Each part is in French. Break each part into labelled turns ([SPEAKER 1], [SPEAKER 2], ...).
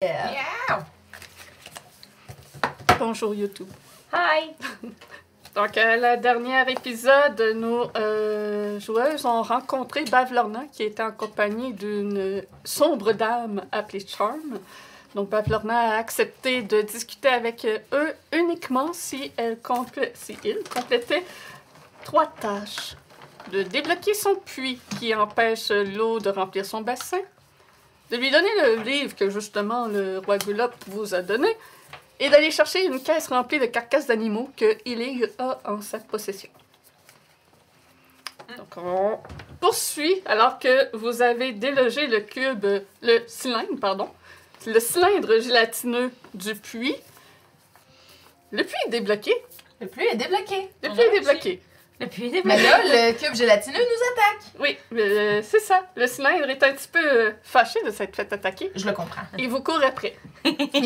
[SPEAKER 1] Yeah.
[SPEAKER 2] Bonjour YouTube.
[SPEAKER 1] Hi.
[SPEAKER 2] Donc, à la dernière épisode, nos euh, joueuses ont rencontré Bavlorna, qui était en compagnie d'une sombre dame appelée Charm. Donc, Bavlorna a accepté de discuter avec eux uniquement si, elle complé- si ils complétaient trois tâches. De débloquer son puits qui empêche l'eau de remplir son bassin, de lui donner le livre que justement le roi Gulop vous a donné, et d'aller chercher une caisse remplie de carcasses d'animaux que Illig a en sa possession.
[SPEAKER 3] Hein?
[SPEAKER 2] Donc on poursuit alors que vous avez délogé le cube, le cylindre, pardon, le cylindre gélatineux du puits. Le puits est débloqué.
[SPEAKER 1] Le puits est débloqué.
[SPEAKER 2] Le
[SPEAKER 3] On
[SPEAKER 2] puits
[SPEAKER 3] a
[SPEAKER 2] est
[SPEAKER 3] réussi.
[SPEAKER 2] débloqué.
[SPEAKER 3] Le puits des
[SPEAKER 1] Mais là, le cube gélatineux nous attaque.
[SPEAKER 2] Oui, euh, c'est ça. Le cylindre est un petit peu euh, fâché de s'être fait attaquer.
[SPEAKER 1] Je le comprends.
[SPEAKER 2] Il vous court après.
[SPEAKER 1] ok,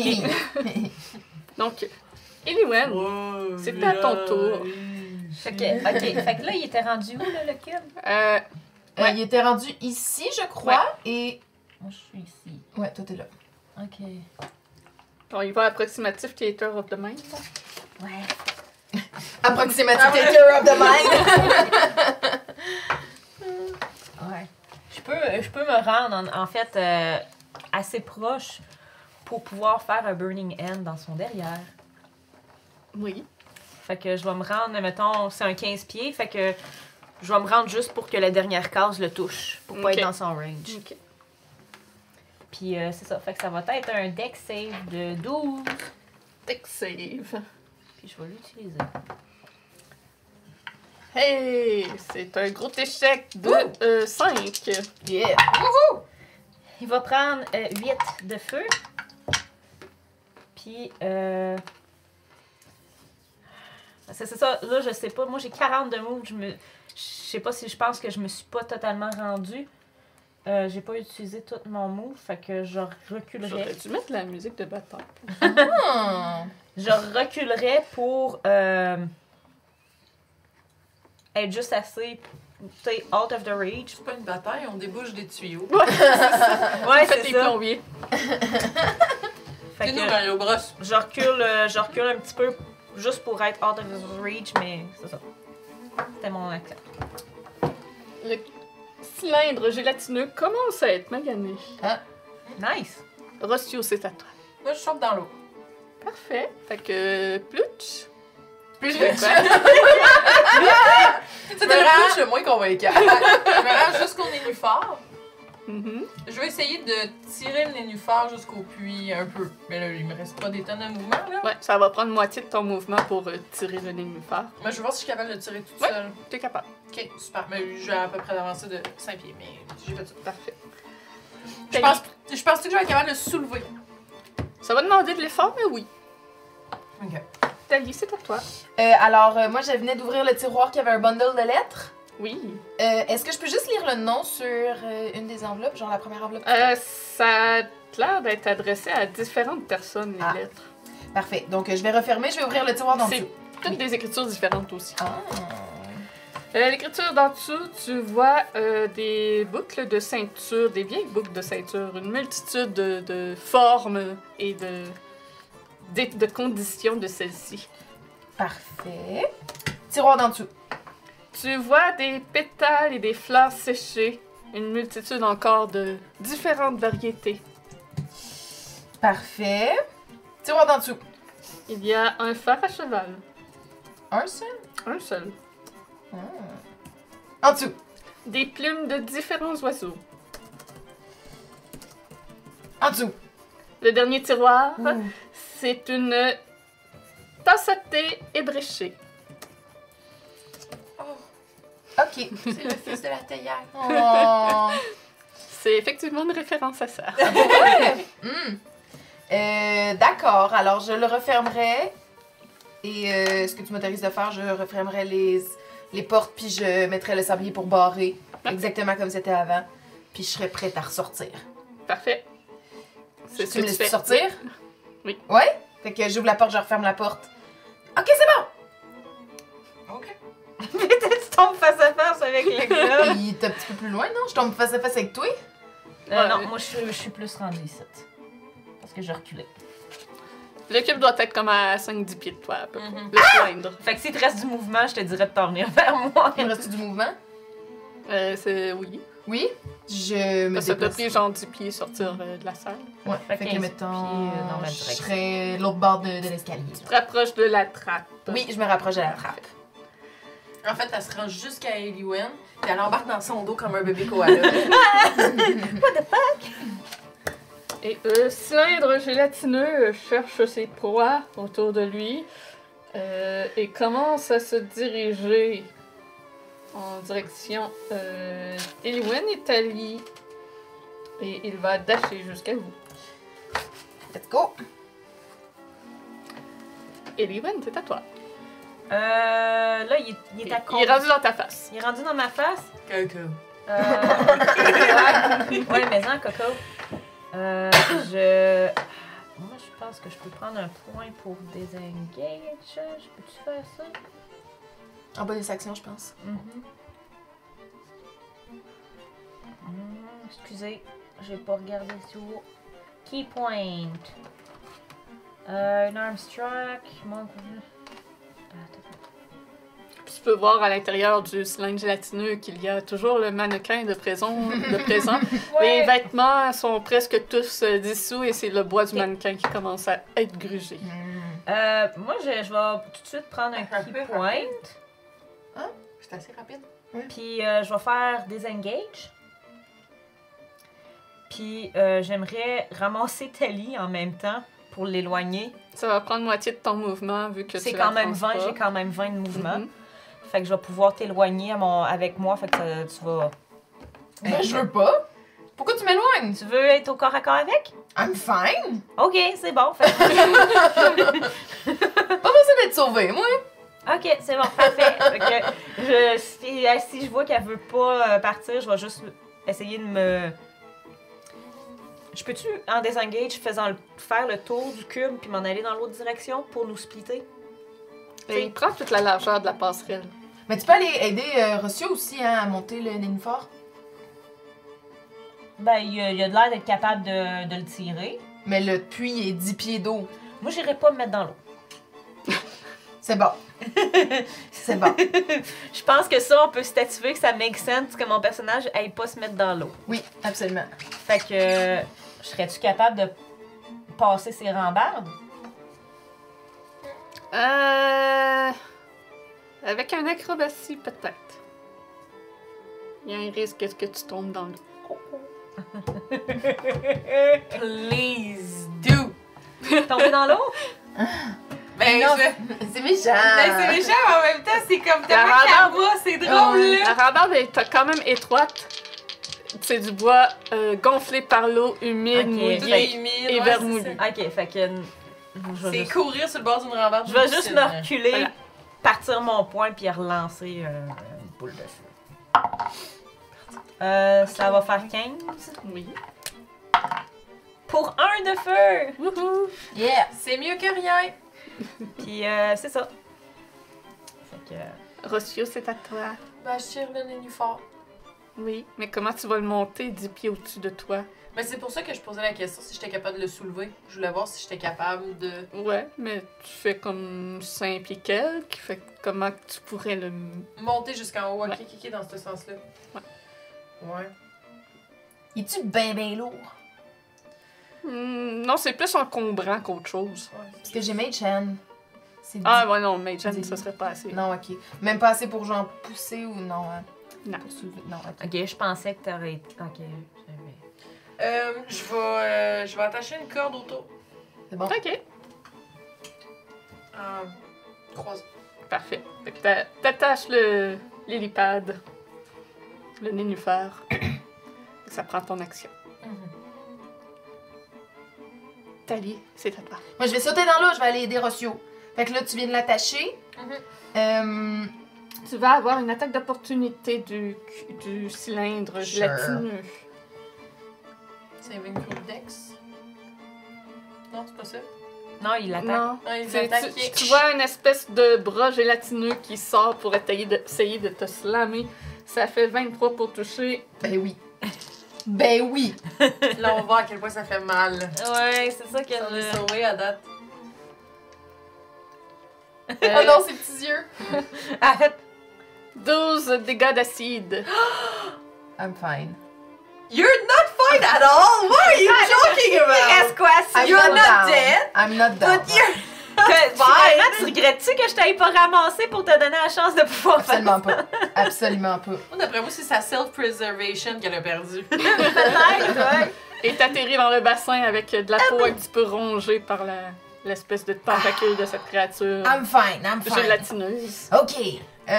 [SPEAKER 2] Donc, Eliwen, c'est à ton tour.
[SPEAKER 3] Ok, ok. Fait que là, il était rendu où, là, le cube?
[SPEAKER 2] Euh,
[SPEAKER 1] Euh, il était rendu ici, je crois, et...
[SPEAKER 3] Moi, je suis ici.
[SPEAKER 1] Ouais, toi, t'es là.
[SPEAKER 3] Ok.
[SPEAKER 2] bon, il va approximatif Theater of the Mind. là.
[SPEAKER 3] Ouais.
[SPEAKER 1] Approximative Taker of the Mind.
[SPEAKER 3] Ouais. Je peux, je peux me rendre, en, en fait, euh, assez proche pour pouvoir faire un Burning End dans son derrière.
[SPEAKER 2] Oui.
[SPEAKER 3] Fait que je vais me rendre, mettons, c'est un 15 pieds, fait que je vais me rendre juste pour que la dernière case le touche, pour pas
[SPEAKER 2] Ok.
[SPEAKER 3] être dans son range.
[SPEAKER 2] Ok.
[SPEAKER 3] Puis euh, c'est ça, fait que ça va être un deck save de 12,
[SPEAKER 2] Deck save.
[SPEAKER 3] puis je vais l'utiliser.
[SPEAKER 2] Hey! C'est un gros échec
[SPEAKER 3] Ouh!
[SPEAKER 2] de euh, 5.
[SPEAKER 1] Yeah.
[SPEAKER 3] Il va prendre 8 de feu. Puis, euh... c'est c'est ça, là, je sais pas. Moi, j'ai 40 de moves. Je me... je sais pas si je pense que je me suis pas totalement rendue. Euh, j'ai pas utilisé tout mon move, fait que je
[SPEAKER 2] J'aurais
[SPEAKER 3] reculerais.
[SPEAKER 2] dû mettre la musique de bataille.
[SPEAKER 1] Hmm.
[SPEAKER 3] Je reculerais pour euh, être juste assez, tu sais, out of the reach.
[SPEAKER 4] C'est pas une bataille, on débouche des tuyaux.
[SPEAKER 3] Ouais,
[SPEAKER 2] Faites
[SPEAKER 3] c'est
[SPEAKER 2] des
[SPEAKER 3] ça.
[SPEAKER 2] plombiers.
[SPEAKER 3] Fait
[SPEAKER 4] C'est nous,
[SPEAKER 3] que-
[SPEAKER 4] Mario Bros.
[SPEAKER 3] Je recule, euh, je recule un petit peu juste pour être out of his reach, mais c'est ça. C'était mon accent.
[SPEAKER 2] Le cylindre gélatineux commence à être magané.
[SPEAKER 3] Nice!
[SPEAKER 2] Rossio, c'est à toi.
[SPEAKER 4] Moi, je chante dans l'eau.
[SPEAKER 2] Parfait. Fait que, plutch.
[SPEAKER 1] Plus
[SPEAKER 2] Ouais.
[SPEAKER 4] C'était
[SPEAKER 1] me
[SPEAKER 4] le
[SPEAKER 1] rends-
[SPEAKER 4] plus le moins convaincant. je me rends jusqu'au nénuphar.
[SPEAKER 2] Mhm.
[SPEAKER 4] Je vais essayer de tirer le nénuphar jusqu'au puits un peu. Mais là, il me reste pas des tonnes de mouvement, là.
[SPEAKER 2] Ouais, ça va prendre moitié de ton mouvement pour euh, tirer le nénuphar.
[SPEAKER 4] Moi, je vais voir si je suis capable de le tirer toute
[SPEAKER 2] Ouais.
[SPEAKER 4] seule.
[SPEAKER 2] T'es capable.
[SPEAKER 4] Ok, super. Mais j'ai à peu près l'avancée de 5 pieds, mais j'ai fait ça.
[SPEAKER 2] Parfait.
[SPEAKER 4] Je pense, je pense que je vais être capable de le soulever.
[SPEAKER 2] Ça va demander de l'effort, mais oui.
[SPEAKER 4] Ok.
[SPEAKER 2] Tali, c'est à toi.
[SPEAKER 1] Euh, alors, euh, moi, je venais d'ouvrir le tiroir qui avait un bundle de lettres.
[SPEAKER 2] Oui.
[SPEAKER 1] Euh, Est-ce que je peux juste lire le nom sur euh, une des enveloppes, genre la première enveloppe?
[SPEAKER 2] Euh, ça a l'air d'être adressé à différentes personnes, les
[SPEAKER 1] Ah.
[SPEAKER 2] lettres.
[SPEAKER 1] Parfait. Donc, euh, je vais refermer, je vais ouvrir le tiroir d'en
[SPEAKER 2] C'est
[SPEAKER 1] dessous.
[SPEAKER 2] toutes des écritures différentes aussi.
[SPEAKER 1] Ah.
[SPEAKER 2] Euh, L'écriture d'en dessous, tu vois euh, des boucles de ceinture, des vieilles boucles de ceinture, une multitude de, de formes et de, de, de conditions de celles-ci.
[SPEAKER 1] Parfait. Tiroir d'en dessous.
[SPEAKER 2] Tu vois des pétales et des fleurs séchées, une multitude encore de différentes variétés.
[SPEAKER 1] Parfait. Tiroir d'en dessous.
[SPEAKER 2] Il y a un phare à cheval,
[SPEAKER 1] Un seul?
[SPEAKER 2] un seul.
[SPEAKER 1] Hmm. En dessous.
[SPEAKER 2] Des plumes de différents oiseaux.
[SPEAKER 1] En dessous.
[SPEAKER 2] Le dernier tiroir,
[SPEAKER 1] Ouh.
[SPEAKER 2] c'est une tasse à thé ébréchée.
[SPEAKER 4] Oh,
[SPEAKER 1] Ok.
[SPEAKER 4] c'est le fils de la théière.
[SPEAKER 1] Oh.
[SPEAKER 2] C'est effectivement une référence à ça.
[SPEAKER 1] Hmm. Euh, D'accord. Alors, je le refermerai. Et euh, ce que tu m'autorises de faire, je refermerai les, les portes, puis je mettrai le sablier pour barrer,
[SPEAKER 2] Ah.
[SPEAKER 1] exactement comme c'était avant. Puis je serai prête à ressortir.
[SPEAKER 2] Parfait. C'est
[SPEAKER 1] Tu me laisses sortir?
[SPEAKER 2] Oui.
[SPEAKER 1] Ouais? Fait que j'ouvre la porte, je referme la porte. Ok, c'est
[SPEAKER 4] Ok.
[SPEAKER 3] tu tombes face à face avec le gars!
[SPEAKER 1] bon! Il est un petit peu plus loin, non? Je tombe face à face avec toi?
[SPEAKER 3] Euh, non, moi je, suis- je suis plus rendue ici. Parce parce que je reculais.
[SPEAKER 2] Le cube doit être comme à 5-10 pieds de toi, à peu près.
[SPEAKER 4] Mhm.
[SPEAKER 2] Le cylindre.
[SPEAKER 3] Fait que s'il te reste du mouvement, je te dirais de t'en venir vers moi.
[SPEAKER 1] Il me reste du mouvement?
[SPEAKER 2] Euh, c'est... Oui.
[SPEAKER 1] Oui. Je me
[SPEAKER 2] Parce que t'as
[SPEAKER 1] déplace.
[SPEAKER 2] pris genre 10 pieds sortir euh, de la salle.
[SPEAKER 1] Ouais,
[SPEAKER 3] Fait
[SPEAKER 1] fait, que,
[SPEAKER 3] 15
[SPEAKER 1] mettons,
[SPEAKER 3] pieds, euh, dans la
[SPEAKER 1] je
[SPEAKER 3] direction.
[SPEAKER 1] serais l'autre bord de, de l'escalier.
[SPEAKER 2] Tu te rapproches de la trappe.
[SPEAKER 1] Oui, je me rapproche de la trappe.
[SPEAKER 4] En fait, elle se rend jusqu'à Eliwen, puis elle embarque dans son dos comme un bébé koala.
[SPEAKER 2] Et le cylindre gélatineux cherche ses proies autour de lui euh, et commence à se diriger en direction euh, Eliwen et Tali. Et il va dasher jusqu'à vous.
[SPEAKER 1] Let's go!
[SPEAKER 2] Eliwen, c'est à toi.
[SPEAKER 3] Euh, là, il est, il est à
[SPEAKER 2] il est rendu dans ta face.
[SPEAKER 3] Il est rendu dans ma face.
[SPEAKER 4] Quelqu'un.
[SPEAKER 3] Euh... ouais, ouais, mais en coco. Euh, je. Moi, je pense que je peux prendre un point pour désengage. Je peux-tu faire ça?
[SPEAKER 1] En bonus action, je pense.
[SPEAKER 3] Mhm. Mm, excusez, j'ai pas regardé si haut. Key point. Euh, une arm strike. Mon... Attends.
[SPEAKER 2] Tu peux voir à l'intérieur du cylindre gélatineux qu'il y a toujours le mannequin de présent. De présent. Les vêtements sont presque tous euh, dissous et c'est le bois du
[SPEAKER 3] Ok.
[SPEAKER 2] mannequin qui commence à être grugé.
[SPEAKER 1] Hmm.
[SPEAKER 3] Euh, moi, je, je vais tout de suite prendre un
[SPEAKER 4] Un
[SPEAKER 3] key
[SPEAKER 4] peu
[SPEAKER 3] point.
[SPEAKER 4] C'est assez rapide.
[SPEAKER 3] Puis euh, je vais faire disengage. Puis euh, j'aimerais ramasser Tali en même temps pour l'éloigner.
[SPEAKER 2] Ça va prendre moitié de ton mouvement vu que
[SPEAKER 3] C'est
[SPEAKER 2] tu
[SPEAKER 3] quand
[SPEAKER 2] la
[SPEAKER 3] même 20,
[SPEAKER 2] prends
[SPEAKER 3] j'ai
[SPEAKER 2] pas.
[SPEAKER 3] quand même 20 de mouvement.
[SPEAKER 2] Mhm.
[SPEAKER 3] Fait que je vais pouvoir t'éloigner à mon- avec moi. Fait que ça- tu vas.
[SPEAKER 1] Ben, je veux pas! Pourquoi tu m'éloignes?
[SPEAKER 3] Tu veux être au corps à corps avec?
[SPEAKER 1] I'm fine!
[SPEAKER 3] Ok, c'est bon. Fait que-
[SPEAKER 1] Pas besoin d'être sauvé, moi!
[SPEAKER 3] ok, c'est bon, parfait. Fait que je, si, euh, si je vois qu'elle veut pas euh, partir, je vais juste essayer de me. Je peux-tu, en désengage, faisant le- faire le tour du cube puis m'en aller dans l'autre direction pour nous splitter?
[SPEAKER 2] Et il prend toute la largeur de la passerelle.
[SPEAKER 1] Mais tu peux aller aider euh, Rossio aussi hein, à monter le nénuphar.
[SPEAKER 3] Ben, il a, il a de l'air d'être capable de, de le tirer.
[SPEAKER 1] Mais le puits est 10 pieds d'eau.
[SPEAKER 3] Moi, j'irai pas me mettre dans l'eau.
[SPEAKER 1] C'est bon. C'est bon.
[SPEAKER 3] Je pense que ça, on peut statuer que ça make sense que mon personnage aille pas se mettre dans l'eau.
[SPEAKER 1] Oui, absolument.
[SPEAKER 3] Fait que, euh, je serais-tu capable de passer ces rambardes?
[SPEAKER 2] Euh... Avec un acrobatie peut-être. Il y a un risque est-ce que tu tombes dans l'eau.
[SPEAKER 4] Please do.
[SPEAKER 3] Tomber dans l'eau?
[SPEAKER 4] Ben,
[SPEAKER 1] non,
[SPEAKER 4] je-
[SPEAKER 1] C'est méchant.
[SPEAKER 4] ben, c'est méchant, mais en même temps, c'est comme tellement
[SPEAKER 2] rambarde.
[SPEAKER 4] cabra, c'est drôle,
[SPEAKER 2] Euh,
[SPEAKER 4] là.
[SPEAKER 2] La rambarde est quand même étroite. C'est du bois euh, gonflé par l'eau, humide,
[SPEAKER 3] Ok.
[SPEAKER 4] Tout
[SPEAKER 2] mouillé.
[SPEAKER 4] est humide.
[SPEAKER 2] et
[SPEAKER 4] ouais,
[SPEAKER 2] vermoulu.
[SPEAKER 4] c'est ça.
[SPEAKER 3] Ok, fait que. euh, Je vais
[SPEAKER 4] C'est
[SPEAKER 3] juste,
[SPEAKER 4] courir sur le bord d'une rambarde.
[SPEAKER 3] je vais juste
[SPEAKER 4] difficile,
[SPEAKER 3] me
[SPEAKER 4] hein.
[SPEAKER 3] reculer,
[SPEAKER 2] Voilà.
[SPEAKER 3] partir mon point, puis relancer euh, une boule de feu. Euh, ça va faire 15.
[SPEAKER 2] Oui.
[SPEAKER 3] Pour un de feu!
[SPEAKER 2] Wouhou!
[SPEAKER 1] Yeah.
[SPEAKER 4] C'est mieux que rien.
[SPEAKER 3] Puis euh, c'est ça. Fait que. euh,
[SPEAKER 2] Rossio, c'est à toi.
[SPEAKER 4] Ben, je tire le nénuphar.
[SPEAKER 2] Oui. Mais comment tu vas le monter 10 pieds au-dessus de toi?
[SPEAKER 4] Mais c'est pour ça que je posais la question si j'étais capable de le soulever. Je voulais voir si j'étais capable de.
[SPEAKER 2] Ouais, mais tu fais comme 5 pieds quelques. Fait que comment tu pourrais le
[SPEAKER 4] Monter jusqu'en haut, ok,
[SPEAKER 2] Ouais.
[SPEAKER 4] ok, ok, dans ce sens-là.
[SPEAKER 2] Ouais.
[SPEAKER 4] Ouais.
[SPEAKER 1] Il tu ben ben lourd?
[SPEAKER 2] Hmm, non, c'est plus encombrant qu'autre chose.
[SPEAKER 1] Parce que j'ai Mage Hand. C'est
[SPEAKER 2] Ah
[SPEAKER 1] dix-
[SPEAKER 2] ouais, non, mais Jen, ça serait pas assez.
[SPEAKER 1] Non, ok. Même pas assez pour genre pousser ou non. hein.
[SPEAKER 2] Non.
[SPEAKER 1] Pour soulever. Non, ok.
[SPEAKER 3] Ok, je pensais que t'aurais. Ok, j'avais.
[SPEAKER 4] Euh, je vais, euh, je vais attacher une corde autour.
[SPEAKER 1] C'est bon.
[SPEAKER 2] Ok, Euh,
[SPEAKER 4] En croisant.
[SPEAKER 2] parfait. Fait que t'a- t'attaches le l'hélipad, le nénuphar. ça prend ton action. Tali, c'est à toi.
[SPEAKER 1] Moi, je vais sauter dans l'eau, je vais aller aider Rossio. Fait que là, tu viens de l'attacher.
[SPEAKER 4] Mhm.
[SPEAKER 1] Euh,
[SPEAKER 2] Tu vas avoir une attaque d'opportunité du, cu- du cylindre
[SPEAKER 1] Sure.
[SPEAKER 2] gélatineux.
[SPEAKER 4] C'est Saving Dex. Non, c'est pas ça.
[SPEAKER 3] Non, il l'attaque.
[SPEAKER 2] Non.
[SPEAKER 4] Ah, il
[SPEAKER 2] Tu,
[SPEAKER 4] va
[SPEAKER 2] tu-
[SPEAKER 4] attaquer.
[SPEAKER 2] tu vois une espèce de bras gélatineux qui sort pour essayer de, essayer de te slammer. Ça fait 23 pour toucher.
[SPEAKER 1] ben oui. Ben oui!
[SPEAKER 4] Là, on voit à quel point ça fait mal.
[SPEAKER 3] Ouais, c'est ça qu'elle.
[SPEAKER 4] On est sauvé à date.
[SPEAKER 1] Oh non, ses petits yeux!
[SPEAKER 3] Ah, fait-
[SPEAKER 2] 12 dégâts d'acide.
[SPEAKER 1] I'm fine.
[SPEAKER 4] You're not fine at all! What are you talking about?
[SPEAKER 3] Est-ce quoi, si
[SPEAKER 1] I'm
[SPEAKER 4] You're not
[SPEAKER 1] down.
[SPEAKER 4] dead,
[SPEAKER 1] I'm not down.
[SPEAKER 4] But you're
[SPEAKER 3] Que-
[SPEAKER 4] Bye.
[SPEAKER 3] Finalement, tu regrettes-tu que je t'aille pas ramassé pour te donner la chance de pouvoir faire
[SPEAKER 1] Absolument pas. Absolument pas.
[SPEAKER 4] Moi, D'après moi, c'est sa self-preservation qu'elle a perdue.
[SPEAKER 3] peut-être? ouais.
[SPEAKER 2] Est atterri dans le bassin avec de la peau un petit peu rongée par la- l'espèce de tentacule de cette créature
[SPEAKER 1] I'm fine, I'm fine.
[SPEAKER 2] gélatineuse.
[SPEAKER 1] Ok. Euh,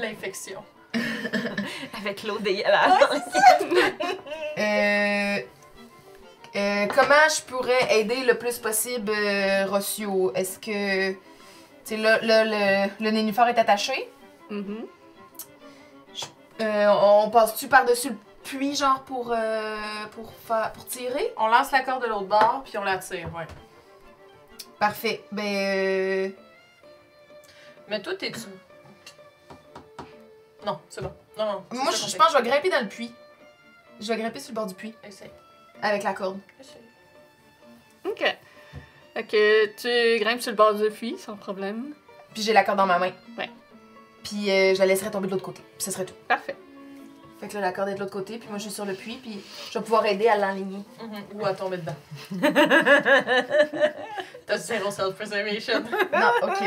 [SPEAKER 4] L'infection.
[SPEAKER 3] Avec l'eau dégueulasse.
[SPEAKER 1] euh, euh, comment je pourrais aider le plus possible euh, Rossio? Est-ce que. Tu sais, là, là, le, le nénuphar est attaché?
[SPEAKER 2] Mhm.
[SPEAKER 1] Euh, on passe-tu par-dessus le puits, genre, pour, euh, pour, fa- pour tirer?
[SPEAKER 4] On lance la corde de l'autre bord, puis on la tire, ouais.
[SPEAKER 1] Parfait. Ben. euh,
[SPEAKER 4] Mais toi, t'es-tu. Non, c'est bon. Non, non. c'est
[SPEAKER 1] moi,
[SPEAKER 4] ça
[SPEAKER 1] je,
[SPEAKER 4] qu'on
[SPEAKER 1] je
[SPEAKER 4] fait.
[SPEAKER 1] pense que je vais grimper dans le puits. Je vais grimper sur le bord du puits
[SPEAKER 4] Essaye.
[SPEAKER 1] avec la corde.
[SPEAKER 4] Essaye.
[SPEAKER 2] Ok. Fait que tu grimpes sur le bord du puits sans problème.
[SPEAKER 1] Puis j'ai la corde dans ma main.
[SPEAKER 2] Ouais.
[SPEAKER 1] Puis euh, je la laisserai tomber de l'autre côté. Puis ce serait tout.
[SPEAKER 2] Parfait.
[SPEAKER 1] Fait que là, la corde est de l'autre côté, puis moi je suis sur le puits, puis je vais pouvoir aider à l'enligner.
[SPEAKER 4] Mhm, Ou à tomber dedans. T'as zéro self-preservation.
[SPEAKER 1] Non, ok,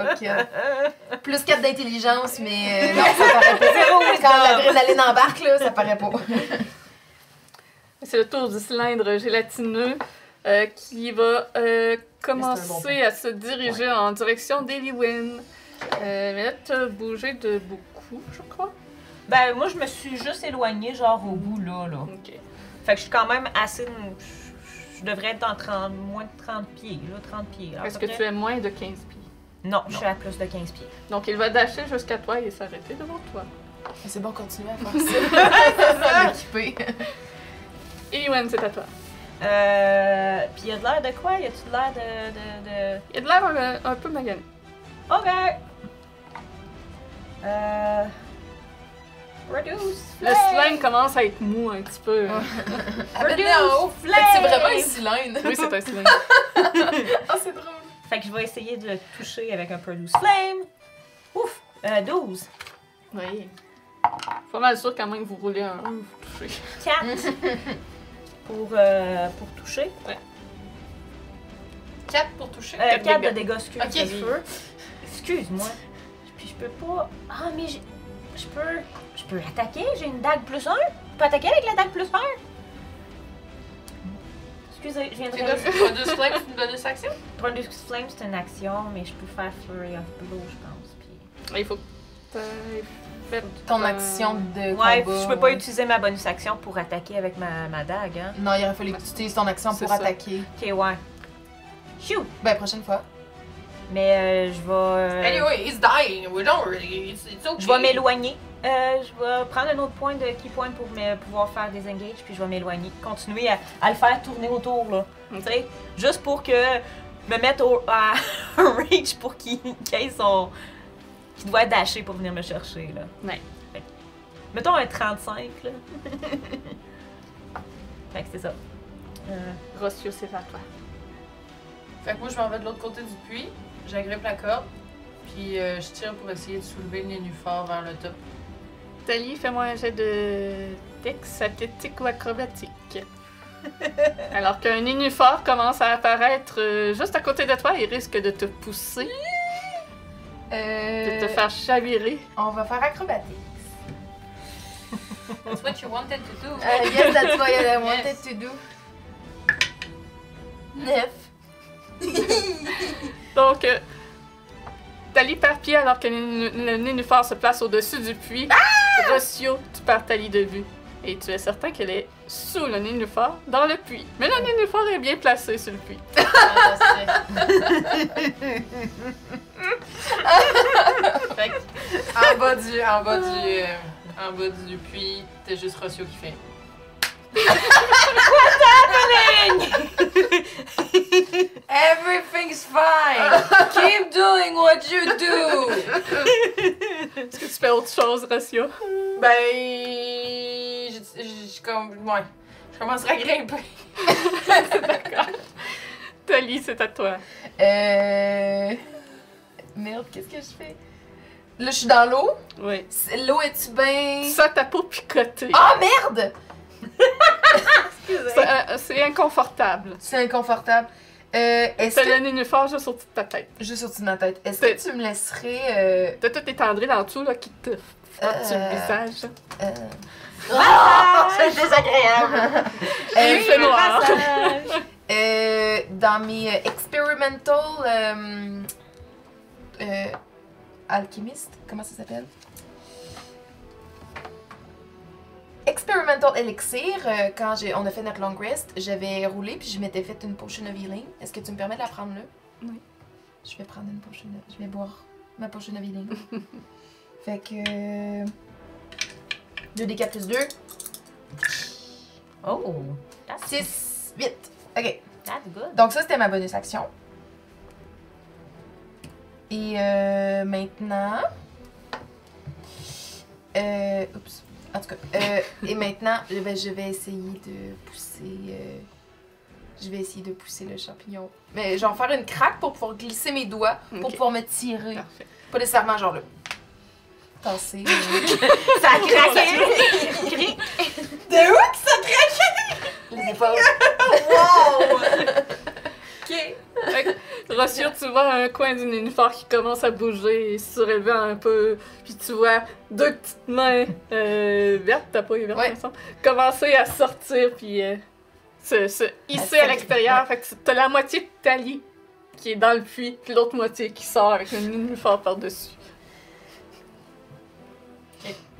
[SPEAKER 1] ok. Plus 4 d'intelligence, mais euh, non, ça paraît pas. Quand l'adrénaline embarque, là, ça paraît pas.
[SPEAKER 2] C'est le tour du cylindre gélatineux euh, qui va euh, commencer à se diriger en direction d'Eliwyn. Euh, mais là, t'as bougé de beaucoup, je crois.
[SPEAKER 3] Ben, moi, je me suis juste éloignée, genre au bout, là. là.
[SPEAKER 2] Ok.
[SPEAKER 3] Fait que je suis quand même assez. je- Je devrais être dans 30, moins de 30 pieds, là, 30 pieds. à
[SPEAKER 2] Est-ce que
[SPEAKER 3] peu
[SPEAKER 2] tu
[SPEAKER 3] près.
[SPEAKER 2] es moins de 15 pieds?
[SPEAKER 3] Non, je suis à plus de 15 pieds.
[SPEAKER 2] Donc, il va dasher jusqu'à toi et s'arrêter devant toi.
[SPEAKER 1] C'est bon, continuer à faire ça. m'équiper.
[SPEAKER 2] Eliwen, c'est à toi.
[SPEAKER 3] Euh. Puis il y a de l'air de quoi? Y a-tu de l'air de. de, de...
[SPEAKER 2] Il a de l'air un, un peu magané.
[SPEAKER 3] Ok! Euh. Reduce
[SPEAKER 2] Le
[SPEAKER 3] flame!
[SPEAKER 2] slime commence à être mou un petit peu. hein.
[SPEAKER 1] ben
[SPEAKER 3] Reduce
[SPEAKER 1] Fait que
[SPEAKER 3] flame!
[SPEAKER 1] c'est vraiment un cylindre.
[SPEAKER 2] Oui, c'est un slime.
[SPEAKER 1] Ah, c'est drôle.
[SPEAKER 3] Fait que je vais essayer de le toucher avec un Produce Flame. Ouf! Euh, 12,
[SPEAKER 2] Oui. Pas mal sûr quand même que vous roulez un 1, vous touchez.
[SPEAKER 3] 4 pour, euh, pour toucher.
[SPEAKER 4] 4 pour toucher.
[SPEAKER 3] Euh,
[SPEAKER 2] Quatre
[SPEAKER 3] 4
[SPEAKER 2] dégâts.
[SPEAKER 3] de dégâts, excuse.
[SPEAKER 4] Ok, feu.
[SPEAKER 3] Excuse-moi. Puis je peux pas. Ah, mais j'ai- je peux. Je peux attaquer. J'ai une dague plus 1. Je peux attaquer avec la dague plus 1. Excusez, je viens de
[SPEAKER 4] Tu dois
[SPEAKER 3] réaliser.
[SPEAKER 4] faire deux slaves, tu me donnes une action?
[SPEAKER 3] Produce Flame, c'est une action, mais je peux faire Flurry of Blow, je pense. Puis...
[SPEAKER 2] Il faut que t'ailles faire
[SPEAKER 1] Ton
[SPEAKER 2] ton-
[SPEAKER 1] action de.
[SPEAKER 3] Ouais,
[SPEAKER 1] combat,
[SPEAKER 3] je peux pas
[SPEAKER 1] ouais.
[SPEAKER 3] utiliser ma bonus action pour attaquer avec ma, ma dague, hein.
[SPEAKER 1] Non, il aurait fallu que tu utilises ton action
[SPEAKER 2] C'est
[SPEAKER 1] pour
[SPEAKER 2] ça.
[SPEAKER 1] attaquer.
[SPEAKER 3] Ok, ouais. Chou!
[SPEAKER 1] Ben, prochaine fois.
[SPEAKER 3] Mais euh, je vais. euh,
[SPEAKER 4] Anyway, he's dying. We don't really. It's, it's okay.
[SPEAKER 3] Je vais m'éloigner. Euh, je vais prendre un autre point de key point pour me- pouvoir faire des engages, puis je vais m'éloigner. Continuer à, à le faire tourner autour, là.
[SPEAKER 2] Mm.
[SPEAKER 3] Tu sais, juste pour que me mettre au à reach pour qu'il qu'il ait son. qu'il doit dasher pour venir me chercher, là.
[SPEAKER 2] Ouais.
[SPEAKER 3] Fait que- mettons un 35, là. fait que c'est ça. Euh,
[SPEAKER 2] Rossio, c'est à toi.
[SPEAKER 4] Fait que moi, je m'en vais de l'autre côté du puits, j'agrippe la corde, puis euh, je tire pour essayer de soulever le nénuphar vers le top.
[SPEAKER 2] Tali, fais-moi un jet de texte athlétique ou acrobatique. Alors qu'un nénuphar commence à apparaître euh, juste à côté de toi, il risque de te pousser, de te
[SPEAKER 1] Euh,
[SPEAKER 2] faire chavirer.
[SPEAKER 1] On va faire acrobatique.
[SPEAKER 4] That's what you wanted to do.
[SPEAKER 1] Euh, yes, that's what I wanted
[SPEAKER 4] Yes.
[SPEAKER 1] to do. Neuf.
[SPEAKER 2] Donc, euh, Tali perd pied alors que le nénu- le nénuphar se place au-dessus du puits. Rossio, tu perds Tali de vue. Et tu es certain qu'elle est sous le nénuphar, dans le puits. Mais le nénuphar est bien placé sur le puits.
[SPEAKER 4] fait que, en bas du. En bas du. euh, en bas du puits, t'as juste Rossio qui fait.
[SPEAKER 5] Everything's fine. Keep doing what you do.
[SPEAKER 2] Est-ce que tu fais autre chose, Rossio?
[SPEAKER 4] Ben. Je, je- je- comme. Ouais. Je commencerai à grimper.
[SPEAKER 2] Tali, c'est à toi.
[SPEAKER 1] Euh... Merde, qu'est-ce que je fais? Là, je suis dans l'eau.
[SPEAKER 2] Oui.
[SPEAKER 1] C'est- L'eau est-tu bien...
[SPEAKER 2] Ça, ta peau picotée.
[SPEAKER 1] Ah, merde!
[SPEAKER 3] Excusez.
[SPEAKER 2] Ça, euh, C'est inconfortable.
[SPEAKER 1] C'est inconfortable. Euh, est-ce
[SPEAKER 2] T'as
[SPEAKER 1] que...
[SPEAKER 2] le nénuphar juste au-dessus de ta tête.
[SPEAKER 1] Juste au-dessus de ma tête. Est-ce que tu me laisserais... euh,
[SPEAKER 2] T'as tout étendré dans dessous là, qui te frotte sur le
[SPEAKER 1] Euh,
[SPEAKER 2] visage.
[SPEAKER 1] euh, Ah! Euh, C'est désagréable!
[SPEAKER 2] Il fait noir.
[SPEAKER 3] Passage.
[SPEAKER 1] Euh, dans mes euh, experimental euh, euh, alchimiste, comment ça s'appelle? Experimental Elixir, euh, quand j'ai, on a fait notre long rest, j'avais roulé puis je m'étais fait une potion of healing. Est-ce que tu me permets de la prendre là?
[SPEAKER 2] Oui.
[SPEAKER 1] Je vais prendre une potion of- Je vais boire ma potion of healing. fait que. euh, 2d4 plus 2,
[SPEAKER 3] Oh, that's,
[SPEAKER 1] 6, 8. Ok.
[SPEAKER 3] that's good.
[SPEAKER 1] Donc ça, c'était ma bonus action. Et euh, maintenant... Euh, oups. En tout cas. euh, et maintenant, je vais, je vais essayer de pousser... euh, je vais essayer de pousser le champignon. Mais genre faire une craque pour pouvoir glisser mes doigts, pour
[SPEAKER 2] Ok.
[SPEAKER 1] pouvoir me tirer.
[SPEAKER 2] Parfait.
[SPEAKER 1] Pas nécessairement genre le... Penser.
[SPEAKER 3] Ça a craqué.
[SPEAKER 1] de où que ça craquait? Les épaules. wow!
[SPEAKER 3] OK.
[SPEAKER 2] Rassure, tu vois un coin du nénuphar qui commence à bouger et se surélever un peu. Puis tu vois deux petites mains euh, vertes, t'as pas eu verte,
[SPEAKER 1] Ouais.
[SPEAKER 2] il me semble, commencer à sortir puis euh, se, se hisser à
[SPEAKER 1] sortir,
[SPEAKER 2] l'extérieur. Fait que t'as la moitié de Tali qui est dans le puits, puis l'autre moitié qui sort avec le nénuphar par-dessus.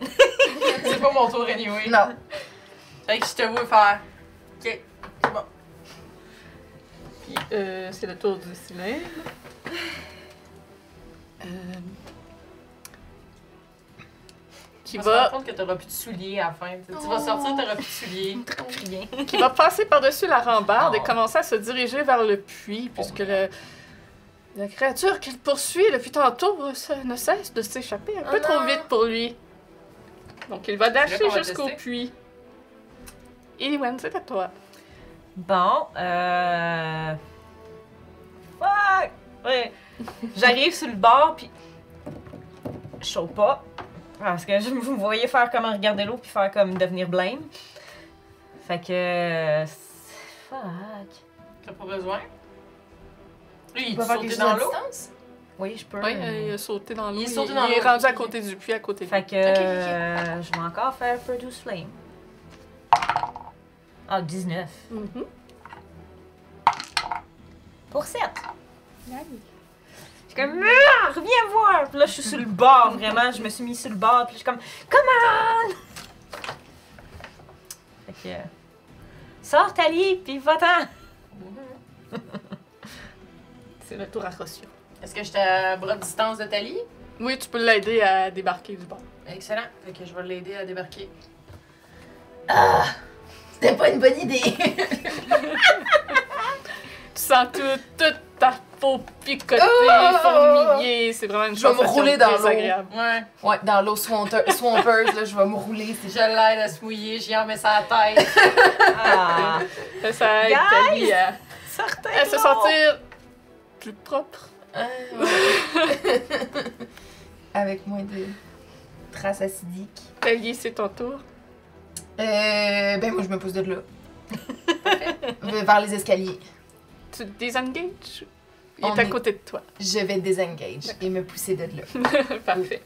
[SPEAKER 4] C'est pas mon tour anyway.
[SPEAKER 1] Non.
[SPEAKER 4] Fait que je te vois faire. Ok. C'est bon.
[SPEAKER 2] Puis euh, c'est le tour du cylindre. Euh, Qui
[SPEAKER 4] Tu vas te rendre
[SPEAKER 2] va,
[SPEAKER 4] compte que t'auras plus de souliers à la fin. Tu sais,
[SPEAKER 5] Oh.
[SPEAKER 4] tu vas sortir, t'auras plus de souliers.
[SPEAKER 3] Rien.
[SPEAKER 2] qui va passer par-dessus la rambarde et
[SPEAKER 3] Oh.
[SPEAKER 2] commencer à se diriger vers le puits, puisque le- la créature qu'il poursuit depuis tantôt euh, ça ne cesse de s'échapper un
[SPEAKER 1] Oh
[SPEAKER 2] peu trop
[SPEAKER 1] non.
[SPEAKER 2] vite pour lui. Donc il va dasher
[SPEAKER 4] qu'on va
[SPEAKER 2] jusqu'au
[SPEAKER 4] tester.
[SPEAKER 2] puits. Eliwen, c'est à toi.
[SPEAKER 3] Bon, euh... Fuck! Ouais. J'arrive sur le bord, puis... Je saute pas. Parce que je vous voyais faire comme regarder l'eau, puis faire comme devenir blême. Fait que... Fuck.
[SPEAKER 4] T'as pas besoin?
[SPEAKER 1] Tu
[SPEAKER 4] Lui, il est
[SPEAKER 1] peux faire quelque
[SPEAKER 4] sauté
[SPEAKER 1] chose
[SPEAKER 4] dans
[SPEAKER 1] à
[SPEAKER 4] l'eau.
[SPEAKER 1] distance?
[SPEAKER 3] Oui, je peux.
[SPEAKER 2] Oui, euh, il a sauté dans l'eau.
[SPEAKER 4] il est
[SPEAKER 2] Il,
[SPEAKER 4] sauté dans
[SPEAKER 2] il est
[SPEAKER 4] l'eau.
[SPEAKER 2] rendu à côté du puits, à côté de
[SPEAKER 3] Fait que... euh, je vais encore faire Produce Flame. Ah, 19.
[SPEAKER 2] Mhm.
[SPEAKER 3] Pour 7. Je suis comme, Ah, reviens voir! Puis là, je suis sur le bord, vraiment. Je me suis mis sur le bord. Puis je suis comme, come on! Fait que. euh, Sors, Tali, puis va-t'en!
[SPEAKER 2] C'est le tour à Rossio.
[SPEAKER 4] Est-ce que j'étais à bras de distance de Tali?
[SPEAKER 2] Oui, tu peux l'aider à débarquer du bord.
[SPEAKER 4] Excellent. Fait que je vais l'aider à débarquer.
[SPEAKER 1] C'était pas une bonne idée!
[SPEAKER 2] Tu sens tout, toute ta peau picotée,
[SPEAKER 1] Oh!
[SPEAKER 2] fourmillée. C'est vraiment une
[SPEAKER 1] Je vais me
[SPEAKER 2] sensation
[SPEAKER 1] rouler dans l'eau.
[SPEAKER 2] désagréable.
[SPEAKER 4] Ouais.
[SPEAKER 1] Ouais, dans l'eau swampeur- swampeuse, là, je vais me rouler.
[SPEAKER 4] Je l'aide à se mouiller, j'y en mets sa tête.
[SPEAKER 3] Ah!
[SPEAKER 2] Ça, Ça aide
[SPEAKER 3] Guys!
[SPEAKER 2] Tali à,
[SPEAKER 3] Certain!
[SPEAKER 2] à se
[SPEAKER 3] non.
[SPEAKER 2] sentir plus propre.
[SPEAKER 1] Avec moins de traces acidiques.
[SPEAKER 2] Tali, c'est ton tour.
[SPEAKER 1] Euh, ben moi, je me pousse de là. Parfait. Vers les escaliers.
[SPEAKER 2] Tu te désengages. Il
[SPEAKER 1] On
[SPEAKER 2] est à
[SPEAKER 1] est-
[SPEAKER 2] côté de toi.
[SPEAKER 1] Je vais désengage et me pousser de là.
[SPEAKER 2] Parfait.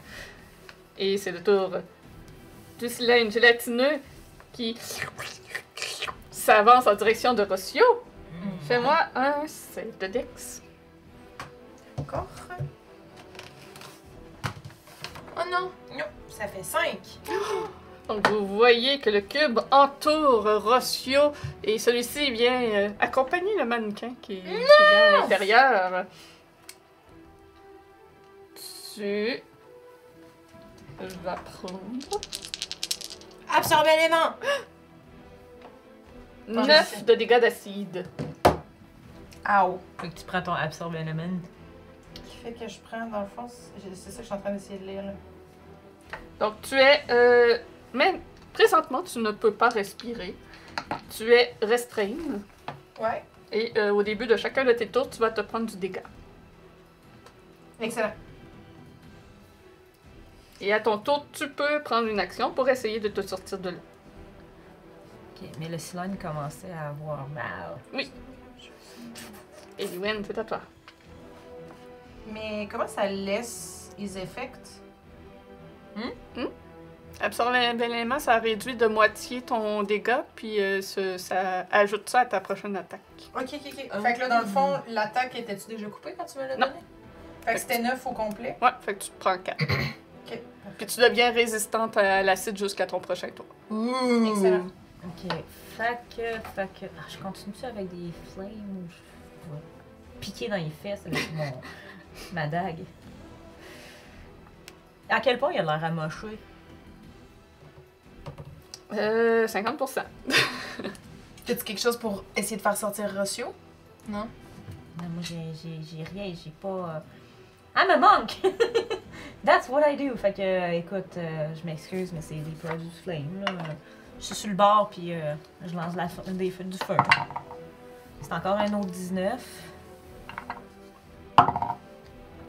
[SPEAKER 2] Et c'est le tour du cylindre gélatineux qui s'avance en direction de Rossio.
[SPEAKER 1] Mm.
[SPEAKER 2] Fais-moi un save de Dex.
[SPEAKER 1] Encore? Oh non!
[SPEAKER 4] Non, ça fait 5.
[SPEAKER 2] Donc vous voyez que le cube entoure Rossio et celui-ci vient euh, accompagner le mannequin qui, qui vient à l'intérieur. Tu vas prendre
[SPEAKER 3] Absorbe l'élément!
[SPEAKER 2] 9 de dégâts d'acide.
[SPEAKER 1] Ow!
[SPEAKER 3] Fait que tu prends ton absorbe l'élément.
[SPEAKER 4] Qui fait que je prends, dans le fond, c'est c'est ça que je suis en train d'essayer de lire. là.
[SPEAKER 2] Donc tu es euh, main- Présentement, tu ne peux pas respirer. Tu es restreinte.
[SPEAKER 1] Ouais.
[SPEAKER 2] Et euh, au début de chacun de tes tours, tu vas te prendre du dégât.
[SPEAKER 1] Excellent.
[SPEAKER 2] Et à ton tour, tu peux prendre une action pour essayer de te sortir de là.
[SPEAKER 3] Ok, mais le slime commençait à avoir mal.
[SPEAKER 2] Eliwen, c'est à toi.
[SPEAKER 1] Mais comment ça laisse les effects? Hmm?
[SPEAKER 2] Hmm? Absorbe un bel élément, ça réduit de moitié ton dégât, puis euh, ce- ça ajoute ça à ta prochaine attaque.
[SPEAKER 1] Ok, ok, ok.
[SPEAKER 3] Ah.
[SPEAKER 1] Fait que là, dans le fond, l'attaque était-tu déjà coupée quand tu me l'as
[SPEAKER 2] Non.
[SPEAKER 1] donnée? Fait que c'était 9 au complet.
[SPEAKER 2] Ouais, fait que tu te prends 4.
[SPEAKER 1] Ok.
[SPEAKER 2] Puis tu deviens résistante à l'acide jusqu'à ton prochain tour.
[SPEAKER 1] Excellent.
[SPEAKER 3] Ok. Fait que, fait que. Ah, je continue-tu avec des flames ou je vais piquer dans les fesses avec mon, ma dague? À quel point il a l'air amoché?
[SPEAKER 2] Euh, 50%.
[SPEAKER 1] T'as-tu quelque chose pour essayer de faire sortir Rossio?
[SPEAKER 3] Non, moi, j'ai- j'ai j'ai rien, j'ai pas. euh, I'm a monk! That's what I do! Fait que, euh, écoute, euh, je m'excuse, mais c'est des produits de flame, là. Je suis sur le bord, puis euh, je lance la, f- des feux du feu. C'est encore un autre 19.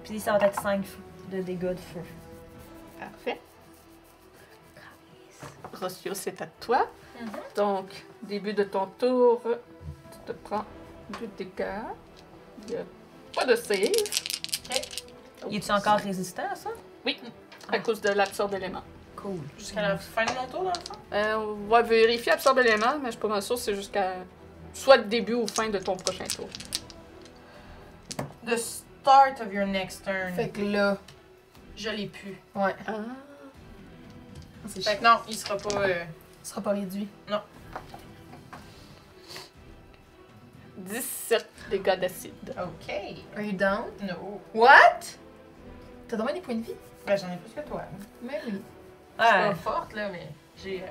[SPEAKER 3] Puis ça va être 5 de dégâts de feu.
[SPEAKER 2] Parfait. Rossio, c'est à toi.
[SPEAKER 1] Mhm.
[SPEAKER 2] Donc, début de ton tour, tu te prends du dégât. Il n'y a pas de save.
[SPEAKER 3] Il est-tu encore résistant à ça?
[SPEAKER 2] Oui, à cause de l'absorbe d'éléments.
[SPEAKER 3] Cool.
[SPEAKER 4] Jusqu'à la fin de mon tour, dans le fond?
[SPEAKER 2] Euh, on va vérifier absorbe élément, mais je suis pas mal sûre que c'est jusqu'à soit le début ou fin de ton prochain tour.
[SPEAKER 4] The start of your next turn.
[SPEAKER 1] Fait que là,
[SPEAKER 4] Je l'ai pu.
[SPEAKER 1] ouais.
[SPEAKER 2] Ah.
[SPEAKER 1] C'est
[SPEAKER 4] Fait
[SPEAKER 1] chiant.
[SPEAKER 4] que non, il sera pas. euh,
[SPEAKER 1] Ça sera pas réduit.
[SPEAKER 2] 17 dégâts d'acide.
[SPEAKER 4] Ok.
[SPEAKER 1] Are you down?
[SPEAKER 4] No.
[SPEAKER 1] What? T'as donné des points de vie?
[SPEAKER 4] Ben, j'en ai plus que toi.
[SPEAKER 1] Mais oui.
[SPEAKER 4] Je suis
[SPEAKER 3] Ouais.
[SPEAKER 4] pas forte, là, mais j'ai. euh,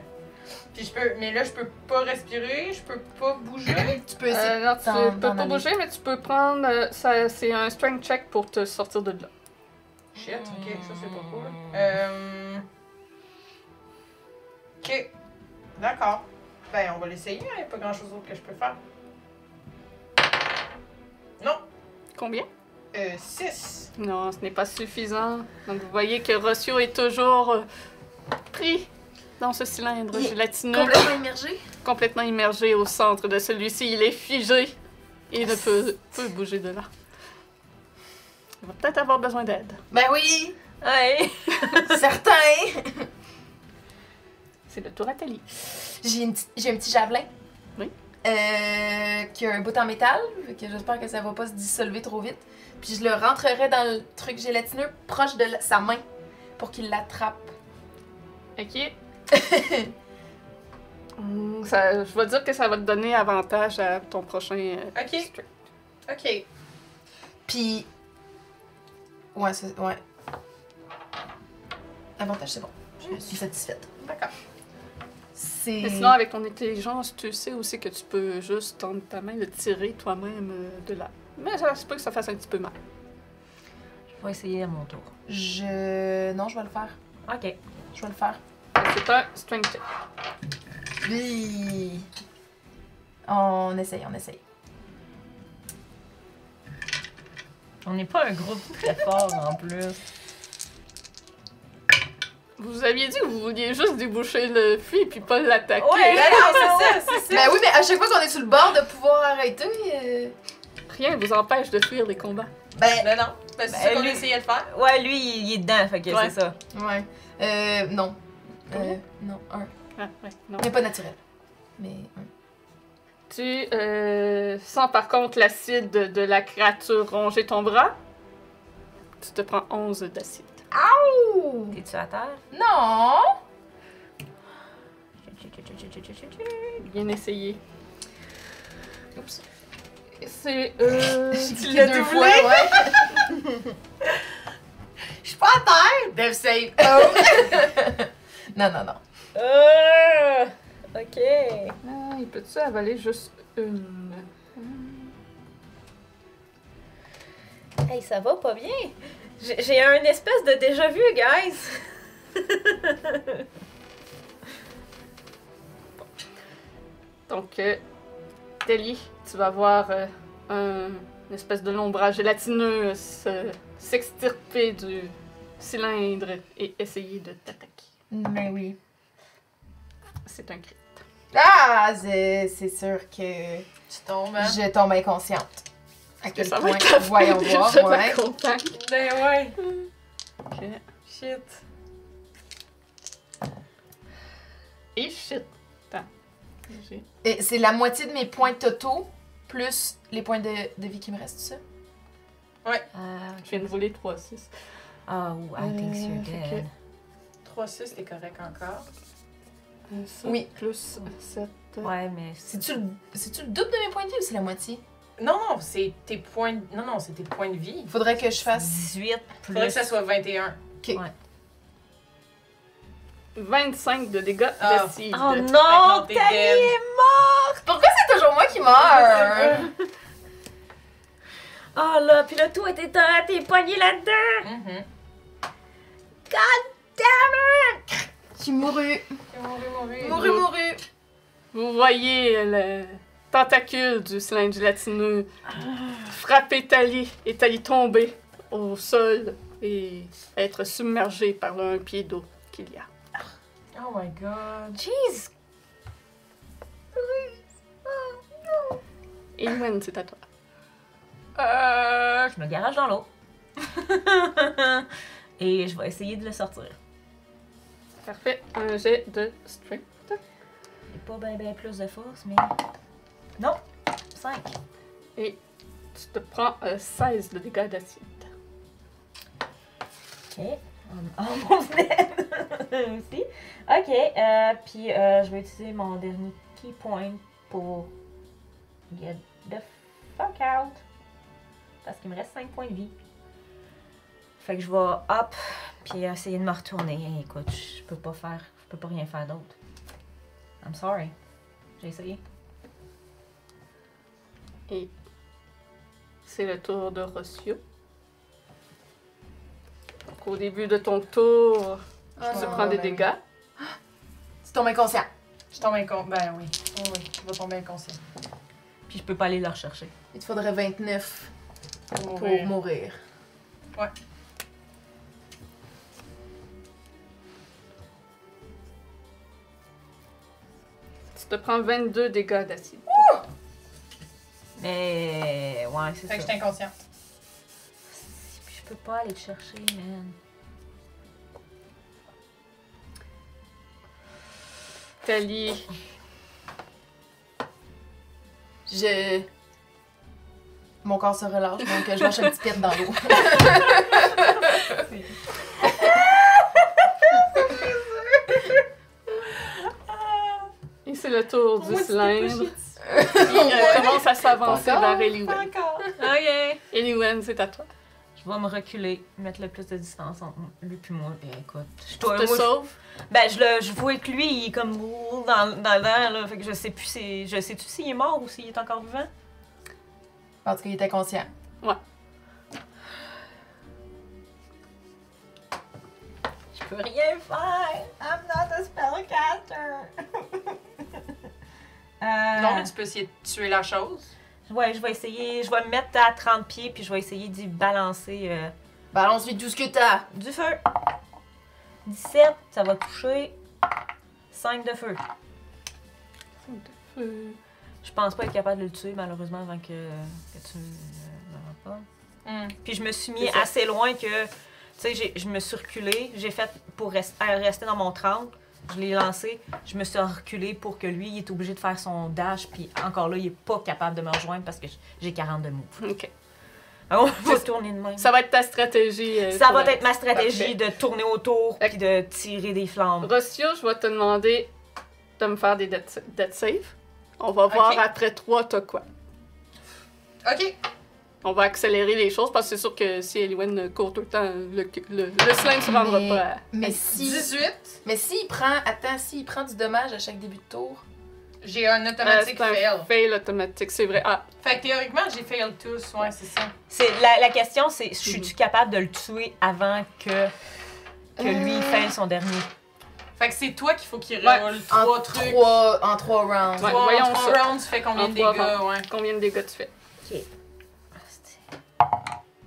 [SPEAKER 4] Puis je peux. Mais là, je peux pas respirer, je peux pas bouger.
[SPEAKER 1] Tu peux essayer.
[SPEAKER 2] Euh, non, tu
[SPEAKER 1] t'en-
[SPEAKER 2] peux
[SPEAKER 1] t'en
[SPEAKER 2] pas
[SPEAKER 1] aller.
[SPEAKER 2] bouger, mais tu peux prendre. euh, ça- c'est un strength check pour te sortir de là.
[SPEAKER 4] Shit, ok, ça c'est pas cool. Euh. Ok. D'accord. Ben, on va l'essayer, hein, y a pas grand chose d'autre que je peux faire. Non!
[SPEAKER 2] Combien
[SPEAKER 4] Euh, 6.
[SPEAKER 2] Non, ce n'est pas suffisant. Donc vous voyez que Rossio est toujours euh, pris dans ce cylindre
[SPEAKER 1] Il est
[SPEAKER 2] gélatineux,
[SPEAKER 1] Complètement immergé?
[SPEAKER 2] complètement immergé au centre de celui-ci. Il est figé et ne peut, peut bouger de là. Il va peut-être avoir besoin d'aide.
[SPEAKER 1] Ben oui!
[SPEAKER 3] Ouais.
[SPEAKER 1] Certain!
[SPEAKER 2] C'est le tour à Tali.
[SPEAKER 1] J'ai, une petite- j'ai un petit javelin.
[SPEAKER 2] Oui.
[SPEAKER 1] Euh, qui a un bout en métal, fait que j'espère que ça va pas se dissolver trop vite. Puis je le rentrerai dans le truc gélatineux proche de la- sa main pour qu'il l'attrape.
[SPEAKER 2] Ok. Hmm, ça- je vais dire que ça va te donner avantage à ton prochain. euh,
[SPEAKER 4] Ok. Ok.
[SPEAKER 1] Puis. Ouais, c'est. Ouais. Avantage, c'est bon. Je suis satisfaite.
[SPEAKER 4] D'accord.
[SPEAKER 1] C'est.
[SPEAKER 2] Mais sinon, avec ton intelligence, tu sais aussi que tu peux juste tendre ta main, le tirer toi-même euh, de là. Mais ça se peut que ça fasse un petit peu mal.
[SPEAKER 3] Je vais essayer à mon tour.
[SPEAKER 1] Je. Non, je vais le faire.
[SPEAKER 3] Ok.
[SPEAKER 1] Je vais le faire.
[SPEAKER 2] Fait que C'est un strength check.
[SPEAKER 1] Oui. On essaye, on essaye.
[SPEAKER 3] On n'est pas un groupe très fort en plus.
[SPEAKER 2] Vous aviez dit que vous vouliez juste déboucher le puits puis pas l'attaquer.
[SPEAKER 3] Ouais.
[SPEAKER 1] Ben non, c'est ça.
[SPEAKER 4] Ah, c'est ça!
[SPEAKER 1] Ben oui, mais à chaque fois qu'on est sur le bord de pouvoir arrêter. euh,
[SPEAKER 2] Rien ne vous empêche de fuir les combats.
[SPEAKER 1] Ben.
[SPEAKER 4] Ben non, ben,
[SPEAKER 3] Ben,
[SPEAKER 4] c'est ça qu'on
[SPEAKER 3] lui-
[SPEAKER 4] essayait de faire.
[SPEAKER 3] Ouais, lui, il, il est dedans, fait que
[SPEAKER 2] Ouais.
[SPEAKER 3] c'est ça.
[SPEAKER 1] Ouais. Euh, non. Euh,
[SPEAKER 2] Combien?
[SPEAKER 1] non, un.
[SPEAKER 2] Ah, ouais, non.
[SPEAKER 1] Mais pas naturel. Mais. un.
[SPEAKER 2] Tu euh, sens par contre l'acide de la créature ronger ton bras. Tu te prends 11 d'acide.
[SPEAKER 1] Ouh!
[SPEAKER 3] T'es-tu à terre?
[SPEAKER 1] Non!
[SPEAKER 2] Bien essayé. Oups. C'est. Euh, tu
[SPEAKER 1] cliqué
[SPEAKER 2] l'as
[SPEAKER 1] deux
[SPEAKER 2] doublé.
[SPEAKER 1] fois, ouais. Je suis pas à terre! Dev save. Oh. non, non, non.
[SPEAKER 3] Euh, ok.
[SPEAKER 2] Ah, il peut-tu avaler juste une
[SPEAKER 3] Hey, ça va pas bien. J'ai j'ai un espèce de déjà vu, guys.
[SPEAKER 2] Donc, euh, Telly, tu vas voir euh, un- une espèce de l'ombrage gélatineux euh, se- s'extirper du cylindre et essayer de t'attaquer.
[SPEAKER 1] Mais oui.
[SPEAKER 2] C'est un cri.
[SPEAKER 1] Ah, c'est c'est sûr que
[SPEAKER 4] Tu tombes, hein?
[SPEAKER 1] je tombe inconsciente. À quel
[SPEAKER 2] Ça va
[SPEAKER 1] point,
[SPEAKER 2] être la fin
[SPEAKER 1] voyons
[SPEAKER 2] de
[SPEAKER 1] voir, hein.
[SPEAKER 2] Je
[SPEAKER 1] ouais.
[SPEAKER 2] m'accompagne.
[SPEAKER 4] Ben ouais!
[SPEAKER 2] Ok.
[SPEAKER 4] Shit!
[SPEAKER 2] Et shit. Attends. J'ai-
[SPEAKER 1] Et C'est la moitié de mes points totaux, plus les points de, de vie qui me restent, c'est ça?
[SPEAKER 3] Ah,
[SPEAKER 2] Je viens de voler 3-6.
[SPEAKER 3] oh, I think you're
[SPEAKER 2] Euh, fait
[SPEAKER 3] dead.
[SPEAKER 4] 3-6, t'es correct encore.
[SPEAKER 1] Oui.
[SPEAKER 2] Plus 7.
[SPEAKER 3] Ouais, mais
[SPEAKER 1] C'est-tu le, c'est-tu le double de mes points de vie ou c'est la moitié?
[SPEAKER 4] Non, non, c'est tes points de... Non, non, c'est tes points de vie.
[SPEAKER 1] Il faudrait que je
[SPEAKER 3] Ah.
[SPEAKER 1] fasse...
[SPEAKER 3] 18 plus.
[SPEAKER 4] Faudrait que ça soit 21.
[SPEAKER 2] 25 de dégâts
[SPEAKER 4] Ah.
[SPEAKER 2] d'acide.
[SPEAKER 3] Oh
[SPEAKER 4] non,
[SPEAKER 3] non,
[SPEAKER 4] t'es
[SPEAKER 3] Tali
[SPEAKER 4] dead.
[SPEAKER 3] est mort!
[SPEAKER 1] Pourquoi c'est toujours moi qui meurs?
[SPEAKER 3] Oh là, puis là, tout était dans tes poignets là-dedans! Mm-hmm.
[SPEAKER 4] Mhm.
[SPEAKER 1] Qui mourut.
[SPEAKER 4] Mouru, mouru.
[SPEAKER 1] Mourut, mourut.
[SPEAKER 2] Vous voyez le tentacule du cylindre gélatineux frapper Tali et Tali tomber au sol et être submergé par le un pied d'eau qu'il y a.
[SPEAKER 4] Oh my god.
[SPEAKER 3] Jeez!
[SPEAKER 2] Ewen, c'est à toi.
[SPEAKER 3] Euh, je me garage dans l'eau. Et je vais essayer de le sortir.
[SPEAKER 2] Parfait. Un jet de strength.
[SPEAKER 3] J'ai pas bien ben plus de force, mais. Non! 5.
[SPEAKER 2] Tu te prends euh, 16 de dégâts d'acide.
[SPEAKER 3] Ok. Um, Oh mon venin! Aussi. Ok, euh, puis euh, je vais utiliser mon dernier key point pour get the fuck out. Parce qu'il me reste 5 points de vie. Fait que je vais hop, puis essayer de me retourner. Et écoute, je peux pas faire, je peux pas rien faire d'autre. I'm sorry. J'ai essayé.
[SPEAKER 2] C'est le tour de Rossio. Donc, au début de ton tour,
[SPEAKER 3] Ah,
[SPEAKER 2] tu
[SPEAKER 1] non,
[SPEAKER 2] prends des
[SPEAKER 1] ben oui.
[SPEAKER 2] dégâts.
[SPEAKER 1] Tu tombes inconscient.
[SPEAKER 4] Je tombe inconscient. Ben oui. Oui, oui. Tu vas tomber inconscient.
[SPEAKER 3] Puis je peux pas aller le rechercher.
[SPEAKER 1] Il te faudrait 29 pour
[SPEAKER 4] Mourir.
[SPEAKER 1] mourir.
[SPEAKER 2] Tu te prends 22 dégâts d'acide.
[SPEAKER 3] Mais ouais, c'est
[SPEAKER 4] Fait que je
[SPEAKER 3] ça.
[SPEAKER 4] suis inconscient.
[SPEAKER 3] Puis je peux pas aller le chercher, man.
[SPEAKER 2] Tali,
[SPEAKER 1] Je. Mon corps se relâche, donc euh, je lâche un petit pied dans l'eau.
[SPEAKER 2] et c'est le tour du
[SPEAKER 4] Moi, tu t'es pas
[SPEAKER 2] cylindre.
[SPEAKER 4] chié
[SPEAKER 2] Puis euh, commence à s'avancer
[SPEAKER 1] Encore,
[SPEAKER 2] vers Eliwen.
[SPEAKER 4] Encore.
[SPEAKER 3] Ok!
[SPEAKER 2] Eliwen, c'est à toi.
[SPEAKER 3] Je vais me reculer, mettre le plus de distance entre lui puis moi. Ben écoute, je
[SPEAKER 2] Tu
[SPEAKER 3] toi,
[SPEAKER 2] te
[SPEAKER 3] moi, je-
[SPEAKER 2] sauves.
[SPEAKER 3] Ben je, le, je vois que lui, il est comme roule dans, dans l'air, là. Fait que je sais plus si. Je sais-tu s'il est mort ou s'il est encore vivant?
[SPEAKER 1] Parce qu'il était conscient.
[SPEAKER 3] Je peux rien faire! I'm not a spellcaster! euh...
[SPEAKER 4] Non, mais tu peux essayer de tuer la chose.
[SPEAKER 3] Ouais, je vais essayer. Je vais me mettre à 30 pieds puis je vais essayer d'y balancer euh,
[SPEAKER 1] Balance-lui Ben, tout ce que t'as.
[SPEAKER 3] du feu. 17, ça va toucher. 5 de feu.
[SPEAKER 2] Euh,
[SPEAKER 3] Je pense pas être capable de le tuer, malheureusement, avant que, que tu ne me rendes pas.
[SPEAKER 4] Hum.
[SPEAKER 3] Puis je me suis mis
[SPEAKER 2] C'est ça.
[SPEAKER 3] assez loin que, tu sais, j'ai- je me suis reculée. J'ai fait pour res- à rester dans mon tremble. Je l'ai lancé. Je me suis reculée pour que lui, il est obligé de faire son dash. Puis encore là, il est pas capable de me rejoindre parce que j- j'ai 42 moves.
[SPEAKER 2] Ok.
[SPEAKER 3] On va tourner de même. Ah Ça,
[SPEAKER 2] Ça va être ta stratégie. euh, pour
[SPEAKER 3] va
[SPEAKER 2] la-
[SPEAKER 3] être ma stratégie de tourner autour
[SPEAKER 2] Fait
[SPEAKER 3] puis de tirer des flammes.
[SPEAKER 2] Rossio, je vais te demander de me faire des death death save. On va voir
[SPEAKER 4] Ok.
[SPEAKER 2] après 3, t'as quoi.
[SPEAKER 4] Ok.
[SPEAKER 2] On va accélérer les choses parce que c'est sûr que si Eliwen court tout le temps, le, le, le sling se rendra
[SPEAKER 1] Mais-
[SPEAKER 2] pas. à-
[SPEAKER 1] Mais
[SPEAKER 4] Euh,
[SPEAKER 1] si.
[SPEAKER 4] 18.
[SPEAKER 1] Mais s'il prend. Attends, s'il prend du dommage à chaque début de tour.
[SPEAKER 4] J'ai un
[SPEAKER 2] Euh,
[SPEAKER 4] automatique
[SPEAKER 2] c'est un
[SPEAKER 4] fail.
[SPEAKER 2] fail automatique, c'est vrai. Ah,
[SPEAKER 4] Fait que théoriquement, j'ai fail tous. Ouais, c'est ça.
[SPEAKER 3] C'est- La, la question, c'est je Euh. suis-tu capable de le tuer avant que, que lui fasse son dernier?
[SPEAKER 4] Fait que c'est toi qu'il faut qu'il
[SPEAKER 2] Ouais.
[SPEAKER 4] roule trois
[SPEAKER 1] En
[SPEAKER 4] trucs.
[SPEAKER 1] trois, en trois rounds.
[SPEAKER 2] Ouais,
[SPEAKER 4] Trois,
[SPEAKER 2] voyons
[SPEAKER 4] trois
[SPEAKER 2] ça.
[SPEAKER 4] rounds, tu fais combien
[SPEAKER 2] En
[SPEAKER 4] de
[SPEAKER 2] trois
[SPEAKER 4] dégâts, ouais.
[SPEAKER 2] Combien de dégâts tu fais?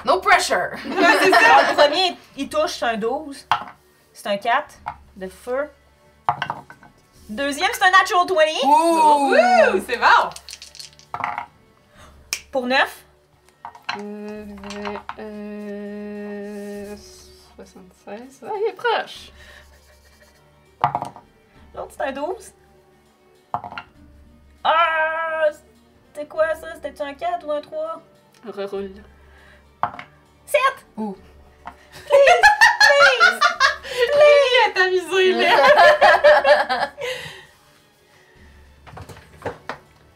[SPEAKER 1] No pressure!
[SPEAKER 3] Alors, le premier, il touche, c'est un 12. C'est un 4 de feu. Deuxième, c'est un natural 20
[SPEAKER 1] Ouh!
[SPEAKER 4] Ouh, c'est bon!
[SPEAKER 3] pour 9.
[SPEAKER 2] Euh, euh, 76. Ah, il est proche.
[SPEAKER 3] L'autre, c'est un 12. Ah! C'était quoi ça? C'était-tu un 4 ou un 3?
[SPEAKER 2] Reroule.
[SPEAKER 3] 7!
[SPEAKER 1] Ouh.
[SPEAKER 4] Il a t'amusé, là!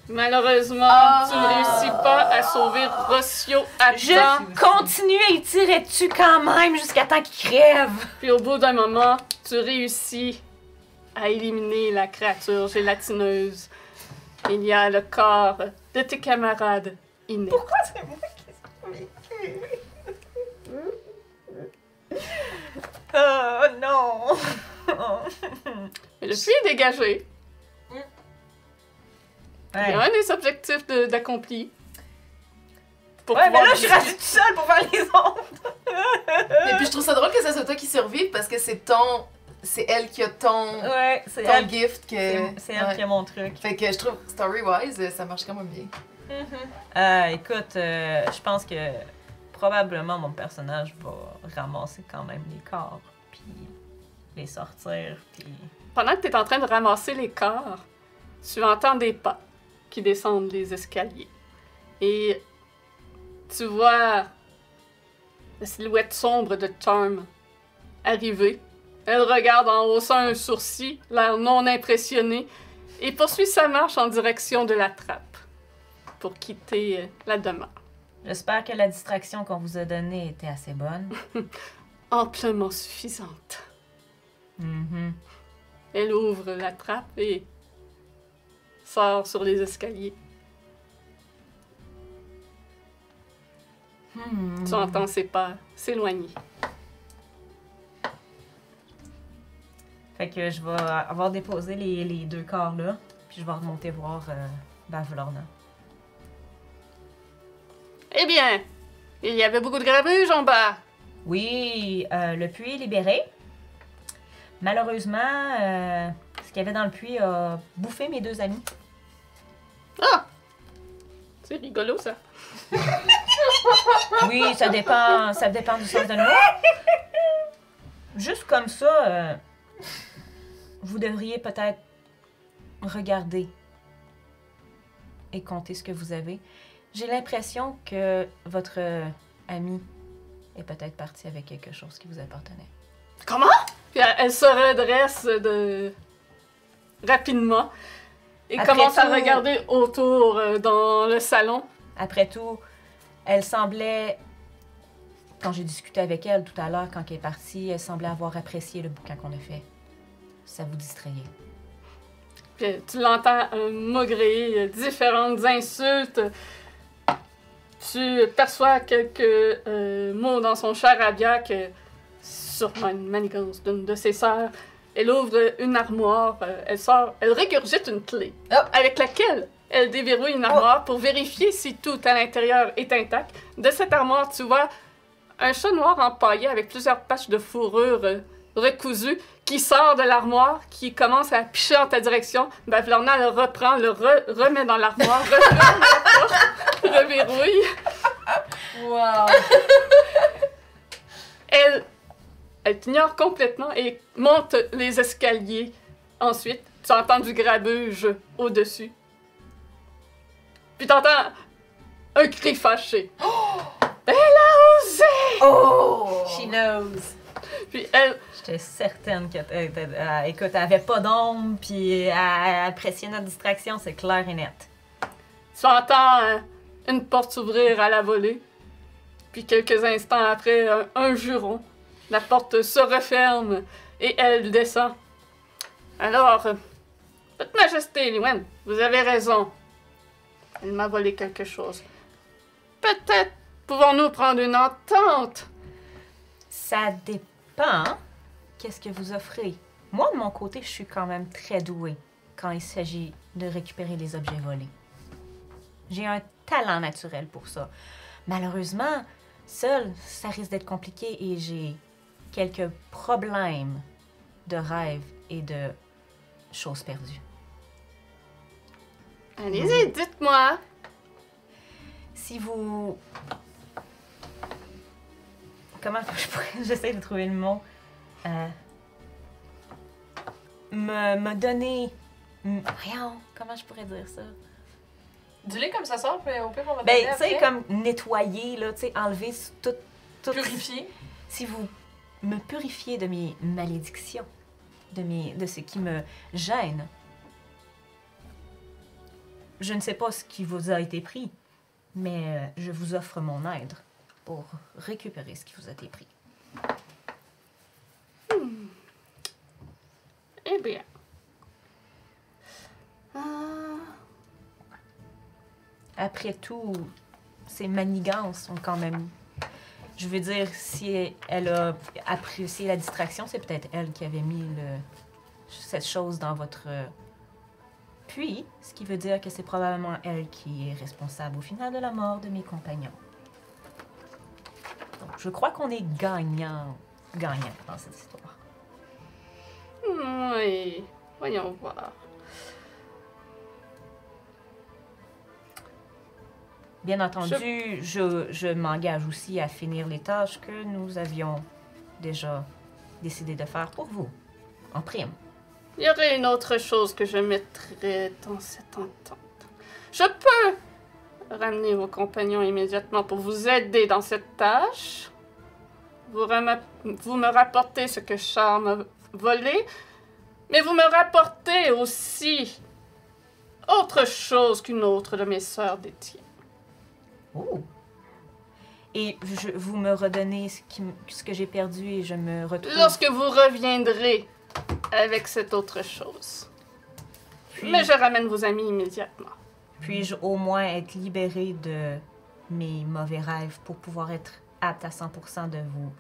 [SPEAKER 2] Malheureusement, tu ne réussis pas à sauver Rossio à
[SPEAKER 6] Je
[SPEAKER 2] temps.
[SPEAKER 3] Continue à y tirer dessus quand même jusqu'à temps qu'il crève.
[SPEAKER 2] Puis au bout d'un moment, tu réussis à éliminer la créature gélatineuse. Il y a le corps de tes camarades inés.
[SPEAKER 3] Pourquoi c'est moi qui suis Oh non!
[SPEAKER 2] Mais le puits est dégagé. Il y a
[SPEAKER 3] Ouais,
[SPEAKER 2] un des objectifs de- d'accompli. Pour
[SPEAKER 3] Ouais, mais
[SPEAKER 2] pouvoir
[SPEAKER 3] là, je suis
[SPEAKER 2] visiter.
[SPEAKER 3] rendue toute seule pour faire les ondes. Euh.
[SPEAKER 1] Et puis je trouve ça drôle que ça soit toi qui survive parce que c'est ton. C'est elle qui a ton.
[SPEAKER 3] Ouais, c'est
[SPEAKER 1] ton
[SPEAKER 3] elle,
[SPEAKER 1] gift que.
[SPEAKER 3] c'est- c'est elle
[SPEAKER 1] ouais.
[SPEAKER 3] qui a mon truc.
[SPEAKER 1] Fait que je trouve, story-wise, euh, ça marche quand même bien.
[SPEAKER 3] Euh, écoute, euh, je pense que probablement mon personnage va ramasser quand même les corps, puis les sortir, puis.
[SPEAKER 2] Pendant que tu es en train de ramasser les corps, tu entends des pas qui descendent les escaliers. Et tu vois la silhouette sombre de Charm arriver. Elle regarde en haussant un sourcil, l'air non impressionné, et poursuit sa marche en direction de la trappe pour quitter euh, la demeure.
[SPEAKER 3] J'espère que la distraction qu'on vous a donnée était assez bonne.
[SPEAKER 2] Amplement suffisante.
[SPEAKER 3] Mhm.
[SPEAKER 2] Elle ouvre la trappe et sort sur les escaliers.
[SPEAKER 3] Hmm.
[SPEAKER 2] Tu entends ses pas s'éloigner.
[SPEAKER 3] Fait que je vais avoir déposé les, les deux corps là, puis je vais remonter voir euh, Bavlorna.
[SPEAKER 2] Eh bien, il y avait beaucoup de grabuges en bas.
[SPEAKER 3] Oui, euh, le puits est libéré. Malheureusement, euh, ce qu'il y avait dans le puits a bouffé mes deux amis.
[SPEAKER 2] C'est rigolo, ça.
[SPEAKER 3] Oui, ça dépend, ça dépend du sens de l'humour. Juste comme ça, euh, vous devriez peut-être regarder et compter ce que vous avez. J'ai l'impression que votre euh, ami est peut-être parti avec quelque chose qui vous appartenait.
[SPEAKER 2] Comment? Puis elle, elle se redresse de... rapidement et
[SPEAKER 3] Après
[SPEAKER 2] commence à
[SPEAKER 3] tout-
[SPEAKER 2] regarder autour euh, dans le salon.
[SPEAKER 3] Après tout, elle semblait, quand j'ai discuté avec elle tout à l'heure, quand elle est partie, elle semblait avoir apprécié le bouquin qu'on a fait. Ça vous distrayait.
[SPEAKER 2] Puis euh, tu l'entends euh, maugréer euh, différentes insultes. Tu perçois quelques euh, mots dans son charabia que sûrement une manigance d'une de ses sœurs. Elle ouvre une armoire, euh, elle sort, elle régurgite une clé
[SPEAKER 1] Hop.
[SPEAKER 2] avec laquelle elle déverrouille une armoire pour vérifier si tout à l'intérieur est intact. De cette armoire, tu vois un chat noir empaillé avec plusieurs patches de fourrure euh, recousues qui sort de l'armoire, qui commence à picher en ta direction. Bavlorna le reprend, le re- remet dans l'armoire, referme la porte, reverrouille.
[SPEAKER 4] Wow!
[SPEAKER 2] Elle, elle t'ignore complètement et monte les escaliers. Ensuite, tu entends du grabuge au-dessus. Puis t'entends un cri fâché. Elle a osé!
[SPEAKER 1] Oh!
[SPEAKER 6] She knows.
[SPEAKER 2] Puis elle,
[SPEAKER 3] J'étais certaine que. euh, t'as- euh, écoute, elle avait pas d'ombre, puis elle elle appréciait notre distraction, c'est clair et net.
[SPEAKER 2] Tu entends euh, une porte s'ouvrir à la volée. Puis quelques instants après, un, un juron. La porte se referme et elle descend. Alors, euh, Votre Majesté, Liwen, vous avez raison. Elle m'a volé quelque chose. Peut-être pouvons-nous prendre une entente.
[SPEAKER 3] Ça dépend. Qu'est-ce que vous offrez Moi, de mon côté, je suis quand même très douée quand il s'agit de récupérer les objets volés. J'ai un talent naturel pour ça. Malheureusement, seul, ça risque d'être compliqué et j'ai quelques problèmes de rêve et de choses perdues.
[SPEAKER 2] Allez-y, dites-moi.
[SPEAKER 3] Si vous... Comment je pourrais... J'essaie de trouver le mot. Euh, Me, me donner... m- Voyons, comment je pourrais dire ça?
[SPEAKER 4] Dis-le comme ça sort, puis au pire, on va
[SPEAKER 3] Ben,
[SPEAKER 4] t'aider
[SPEAKER 3] tu sais,
[SPEAKER 4] après.
[SPEAKER 3] comme nettoyer, là, tu sais, enlever s- tout... tout
[SPEAKER 4] Purifier.
[SPEAKER 3] Si vous me purifiez de mes malédictions, de, mes, de ce qui me gêne, je ne sais pas ce qui vous a été pris, mais euh, je vous offre mon aide pour récupérer ce qui vous a été pris.
[SPEAKER 2] Eh bien. Ah,
[SPEAKER 3] Après tout, ces manigances sont quand même... Je veux dire, si elle a apprécié la distraction, c'est peut-être elle qui avait mis le- cette chose dans votre euh, puits, ce qui veut dire que c'est probablement elle qui est responsable au final de la mort de mes compagnons. Donc, je crois qu'on est gagnant, gagnant dans cette histoire.
[SPEAKER 2] oui. Voyons voir.
[SPEAKER 3] Bien entendu, je, je m'engage aussi à finir les tâches que nous avions déjà décidé de faire pour vous, en prime.
[SPEAKER 2] Il y aurait une autre chose que je mettrais dans cette entente. Je peux ramener vos compagnons immédiatement pour vous aider dans cette tâche. Vous, rema- vous me rapportez ce que Charme a volé, mais vous me rapportez aussi autre chose qu'une autre de mes sœurs détient.
[SPEAKER 3] Oh! Et je, vous me redonnez ce, qui m- ce que j'ai perdu et je me retrouve.
[SPEAKER 2] Lorsque vous reviendrez avec cette autre chose.
[SPEAKER 3] Puis-
[SPEAKER 2] Mais je ramène vos amis immédiatement.
[SPEAKER 3] Puis-je au moins être libérée de mes mauvais rêves pour pouvoir être apte à 100% de vous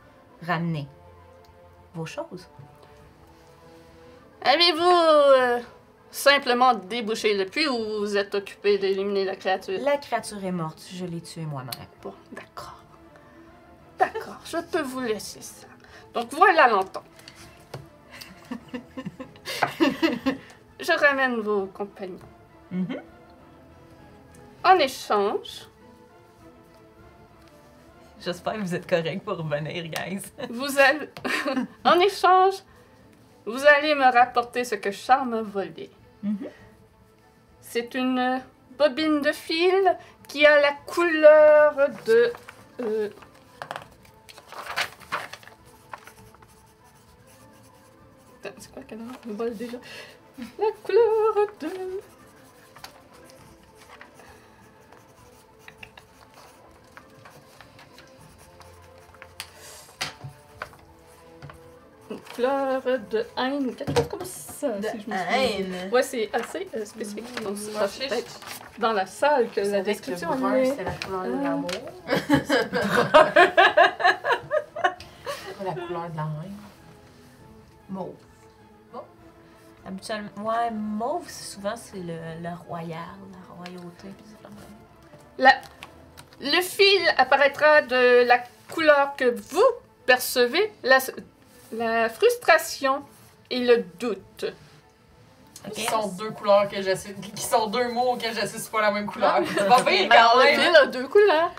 [SPEAKER 3] ramener vos choses?
[SPEAKER 2] Avez-vous euh, simplement débouché le puits ou vous vous êtes occupé d'éliminer la créature?
[SPEAKER 3] La créature est morte, je l'ai tuée moi-même.
[SPEAKER 2] Bon, d'accord. D'accord, je peux vous laisser ça. Donc voilà l'entente. je ramène vos compagnons.
[SPEAKER 3] Mhm.
[SPEAKER 2] En échange,
[SPEAKER 3] J'espère que vous êtes correct pour revenir, guys.
[SPEAKER 2] vous allez... en échange, vous allez me rapporter ce que Charme a volé.
[SPEAKER 3] Mhm.
[SPEAKER 2] C'est une bobine de fil qui a la couleur de... euh, Putain, C'est quoi qu'elle a Elle me vole déjà La couleur de... Une couleur de Hein, haine, quelque chose comme ça,
[SPEAKER 1] De Hein,
[SPEAKER 2] si je me souviens bien.
[SPEAKER 1] haine.
[SPEAKER 2] Ouais, c'est assez euh, spécifique. Donc, ça
[SPEAKER 4] Moi,
[SPEAKER 2] sera
[SPEAKER 4] je-
[SPEAKER 2] peut-être dans la salle que
[SPEAKER 1] Vous
[SPEAKER 2] la
[SPEAKER 1] savez que
[SPEAKER 2] description
[SPEAKER 1] brun,
[SPEAKER 2] est.
[SPEAKER 1] c'est la couleur
[SPEAKER 2] Euh.
[SPEAKER 1] de l'amour. C'est la couleur de la haine. Mauve.
[SPEAKER 3] Habituellement, ouais, mauve, c'est souvent c'est le, le royal, la royauté. puis c'est comme ça.
[SPEAKER 2] La- Le fil apparaîtra de la couleur que vous percevez, la, la frustration et le doute.
[SPEAKER 4] Qui sont deux couleurs que j'associe. Qui sont deux mots que j'associe, c'est pas la même couleur. C'est pas pire quand
[SPEAKER 2] Le
[SPEAKER 4] même.
[SPEAKER 2] fil a deux couleurs.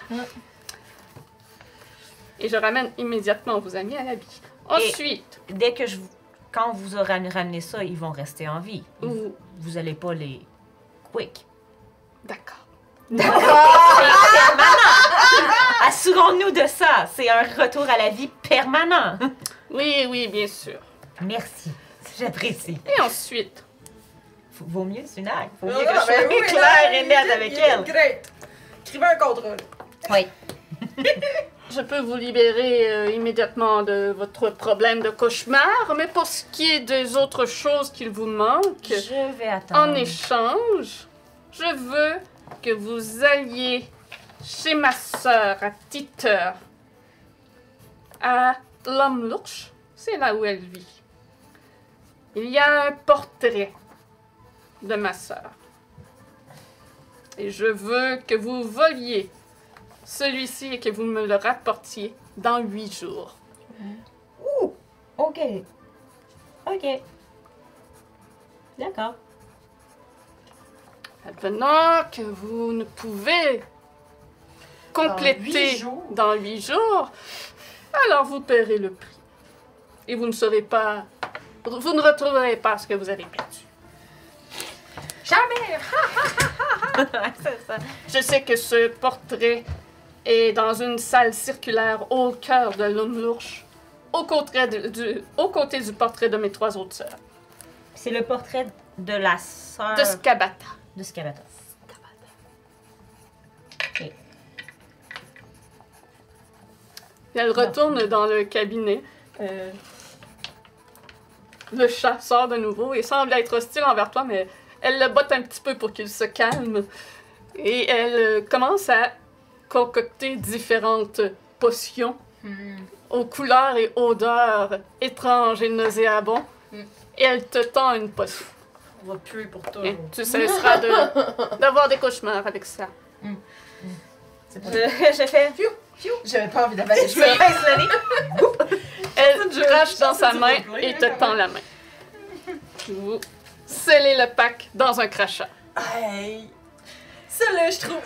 [SPEAKER 2] Et je ramène immédiatement vos amis à l'habit. Ensuite,
[SPEAKER 3] Dès que je vous- Quand vous aurez ram- ramené ça, ils vont rester en vie. Ils-
[SPEAKER 2] vous-
[SPEAKER 3] Vous allez pas les. Quick.
[SPEAKER 2] D'accord.
[SPEAKER 3] Assurons-nous de ça! C'est un retour à la vie permanent!
[SPEAKER 2] Oui, oui, bien sûr.
[SPEAKER 3] Merci. J'apprécie.
[SPEAKER 2] Et ensuite,
[SPEAKER 3] Faut- Vaut mieux, c'est une acte. Vaut mieux
[SPEAKER 7] Non,
[SPEAKER 4] Ah,
[SPEAKER 3] que je
[SPEAKER 7] non,
[SPEAKER 3] sois
[SPEAKER 7] ben oui,
[SPEAKER 3] claire
[SPEAKER 7] là,
[SPEAKER 3] et nette
[SPEAKER 7] il-
[SPEAKER 3] avec
[SPEAKER 7] il-
[SPEAKER 3] elle.
[SPEAKER 7] Great. Écrivez un contrôle.
[SPEAKER 3] Oui.
[SPEAKER 2] Je peux vous libérer euh, immédiatement de votre problème de cauchemar, mais pour ce qui est des autres choses qu'il vous manque,
[SPEAKER 3] Je vais attendre.
[SPEAKER 2] en échange, je veux que vous alliez chez ma sœur à Titeur, à l'homme louche, c'est là où elle vit. Il y a un portrait de ma sœur. Et je veux que vous voliez celui-ci et que vous me le rapportiez dans huit jours.
[SPEAKER 5] Ok. Ok. D'accord.
[SPEAKER 2] Advenant que vous ne pouvez compléter
[SPEAKER 4] jours.
[SPEAKER 2] dans huit jours, alors vous paierez le prix. Et vous ne serez pas. Vous ne retrouverez pas ce que vous avez perdu.
[SPEAKER 3] c'est ça.
[SPEAKER 2] Je sais que ce portrait est dans une salle circulaire au cœur de l'Oumlourche, au, côté de- du- au côté du portrait de mes trois autres sœurs,
[SPEAKER 3] C'est le portrait de la sœur
[SPEAKER 2] de Scabata.
[SPEAKER 3] de Scabata.
[SPEAKER 2] Puis elle retourne dans le cabinet. Euh, le chat sort de nouveau et semble être hostile envers toi, mais elle le botte un petit peu pour qu'il se calme. Et elle euh, commence à concocter différentes potions
[SPEAKER 4] Hmm.
[SPEAKER 2] aux couleurs et odeurs étranges et nauséabondes.
[SPEAKER 1] Mm.
[SPEAKER 2] Et elle te tend une potion.
[SPEAKER 4] On va puer pour toi.
[SPEAKER 2] Et tu cesseras de- d'avoir des cauchemars avec ça.
[SPEAKER 1] C'est
[SPEAKER 3] Je,
[SPEAKER 1] pas-
[SPEAKER 3] je fais.
[SPEAKER 1] J'avais pas envie d'avaler
[SPEAKER 3] Je me pince le nez.
[SPEAKER 2] Elle
[SPEAKER 4] Ça, je-
[SPEAKER 2] crache dans sa
[SPEAKER 4] ça, c'est
[SPEAKER 2] main
[SPEAKER 4] du replay,
[SPEAKER 2] et
[SPEAKER 4] là,
[SPEAKER 2] te
[SPEAKER 4] quand
[SPEAKER 2] tend la main. Vous scellez le pack dans un crachat.
[SPEAKER 7] Hey! Ça, là, je trouve.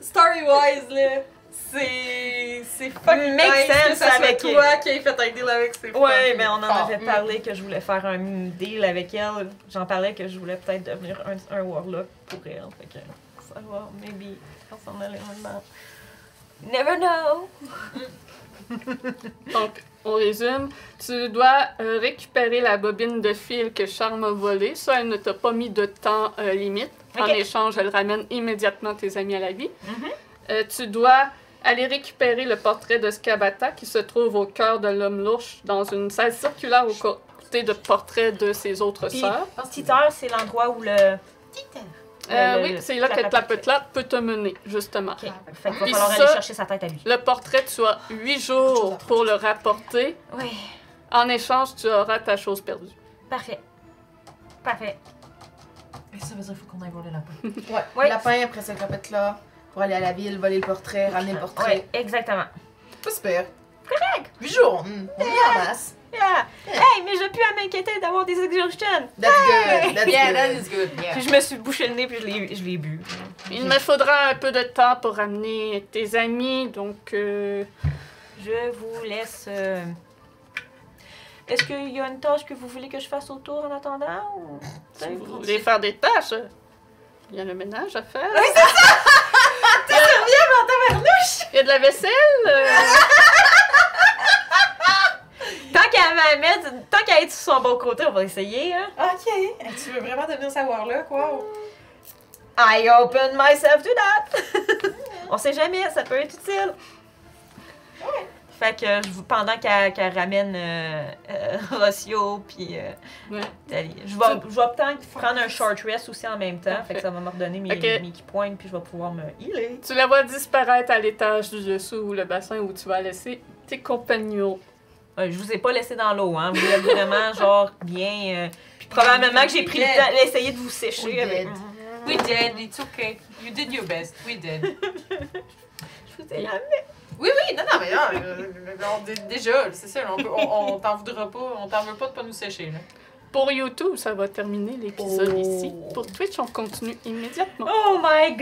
[SPEAKER 7] Story-wise, là, c'est. C'est fucking
[SPEAKER 3] Make
[SPEAKER 7] nice que
[SPEAKER 3] Hmm. Mm, sense
[SPEAKER 7] ça soit
[SPEAKER 3] avec
[SPEAKER 7] toi qui aies fait un deal avec ses
[SPEAKER 3] Ouais, mais on en
[SPEAKER 4] fort.
[SPEAKER 3] avait parlé que je voulais faire un deal avec elle. J'en parlais que je voulais peut-être devenir un, un warlock pour elle. Fait que, ça va, maybe. On s'en allait maintenant. Never know!
[SPEAKER 2] Donc, on résume. Tu dois euh, récupérer la bobine de fil que Charme a volée. Ça, elle ne t'a pas mis de temps euh, limite. En
[SPEAKER 3] Ok.
[SPEAKER 2] échange, elle ramène immédiatement tes amis à la vie.
[SPEAKER 3] Mhm.
[SPEAKER 2] Euh, tu dois aller récupérer le portrait de Scabata qui se trouve au cœur de l'homme louche dans une salle circulaire au côté de portraits de ses autres
[SPEAKER 3] Puis,
[SPEAKER 2] sœurs.
[SPEAKER 3] Titeur, c'est l'endroit où le.
[SPEAKER 2] Euh,
[SPEAKER 3] le-
[SPEAKER 2] oui,
[SPEAKER 3] le-
[SPEAKER 2] c'est là que
[SPEAKER 3] clap, clap, clap.
[SPEAKER 2] Tlapetlat peut te mener, justement.
[SPEAKER 3] Ok. Fait qu'il va
[SPEAKER 2] Puis
[SPEAKER 3] falloir
[SPEAKER 2] ça-
[SPEAKER 3] aller chercher sa tête à lui.
[SPEAKER 2] Le portrait, tu as huit jours pour le rapporter.
[SPEAKER 3] Oui,
[SPEAKER 2] En échange, tu auras ta chose perdue.
[SPEAKER 3] parfait. Parfait.
[SPEAKER 4] Ça veut dire qu'il faut qu'on aille voir le lapin.
[SPEAKER 1] Ouais,
[SPEAKER 3] Ouais.
[SPEAKER 1] lapin après cette copette là pour aller à la ville, voler le portrait, ramener le portrait.
[SPEAKER 3] Ouais, exactement.
[SPEAKER 1] Pas super. Correct. Huit jours. hmm. On est en masse.
[SPEAKER 3] Yeah. Hey, mais je peux à m'inquiéter d'avoir des exhaustions!
[SPEAKER 1] That's good. That's
[SPEAKER 4] Yeah,
[SPEAKER 1] good.
[SPEAKER 4] that is good. Yeah.
[SPEAKER 3] Puis je me suis bouché le nez puis je l'ai, je l'ai bu.
[SPEAKER 2] Il me faudra un peu de temps pour ramener tes amis, donc euh,
[SPEAKER 3] Je vous laisse. euh, Est-ce qu'il y a une tâche que vous voulez que je fasse autour en attendant ou...
[SPEAKER 2] si vous voulez faire des tâches, euh, il y a le ménage à faire. Il y a de la vaisselle. euh,
[SPEAKER 3] Tant qu'à Mohamed, tant qu'à être sur son bon côté, on va essayer. Hein?
[SPEAKER 7] Ok! Hey, tu veux vraiment devenir savoir là, quoi?
[SPEAKER 3] I open myself to that! on sait jamais, ça peut être utile. Fait que je vous- pendant qu'elle qu'elle ramène euh, euh, Rossio, puis euh,
[SPEAKER 2] Ouais.
[SPEAKER 3] Dali, je vais, je vais peut-être prendre un short rest aussi en même temps.
[SPEAKER 2] Parfait.
[SPEAKER 3] Fait que ça va me redonner mes,
[SPEAKER 2] Ok.
[SPEAKER 3] mes key points, puis je vais pouvoir me healer.
[SPEAKER 2] tu la vois disparaître à l'étage du dessous ou le bassin où tu vas laisser tes compagnons.
[SPEAKER 3] Euh, je vous ai pas laissé dans l'eau, hein. Vous êtes vraiment, genre, bien. euh, puis probablement que j'ai pris le temps d'essayer de vous sécher
[SPEAKER 1] We
[SPEAKER 3] avec.
[SPEAKER 1] did.
[SPEAKER 4] We did, it's okay. You did your best, we did.
[SPEAKER 3] Je vous ai ramené.
[SPEAKER 4] Oui, oui, non, non, mais non, euh, on dé- déjà, c'est ça, on, peut- on, on t'en voudra pas, on t'en veut pas de pas nous sécher, là.
[SPEAKER 2] Pour YouTube, ça va terminer l'épisode
[SPEAKER 1] Oh.
[SPEAKER 2] ici. Pour Twitch, on continue immédiatement.
[SPEAKER 3] Oh my god!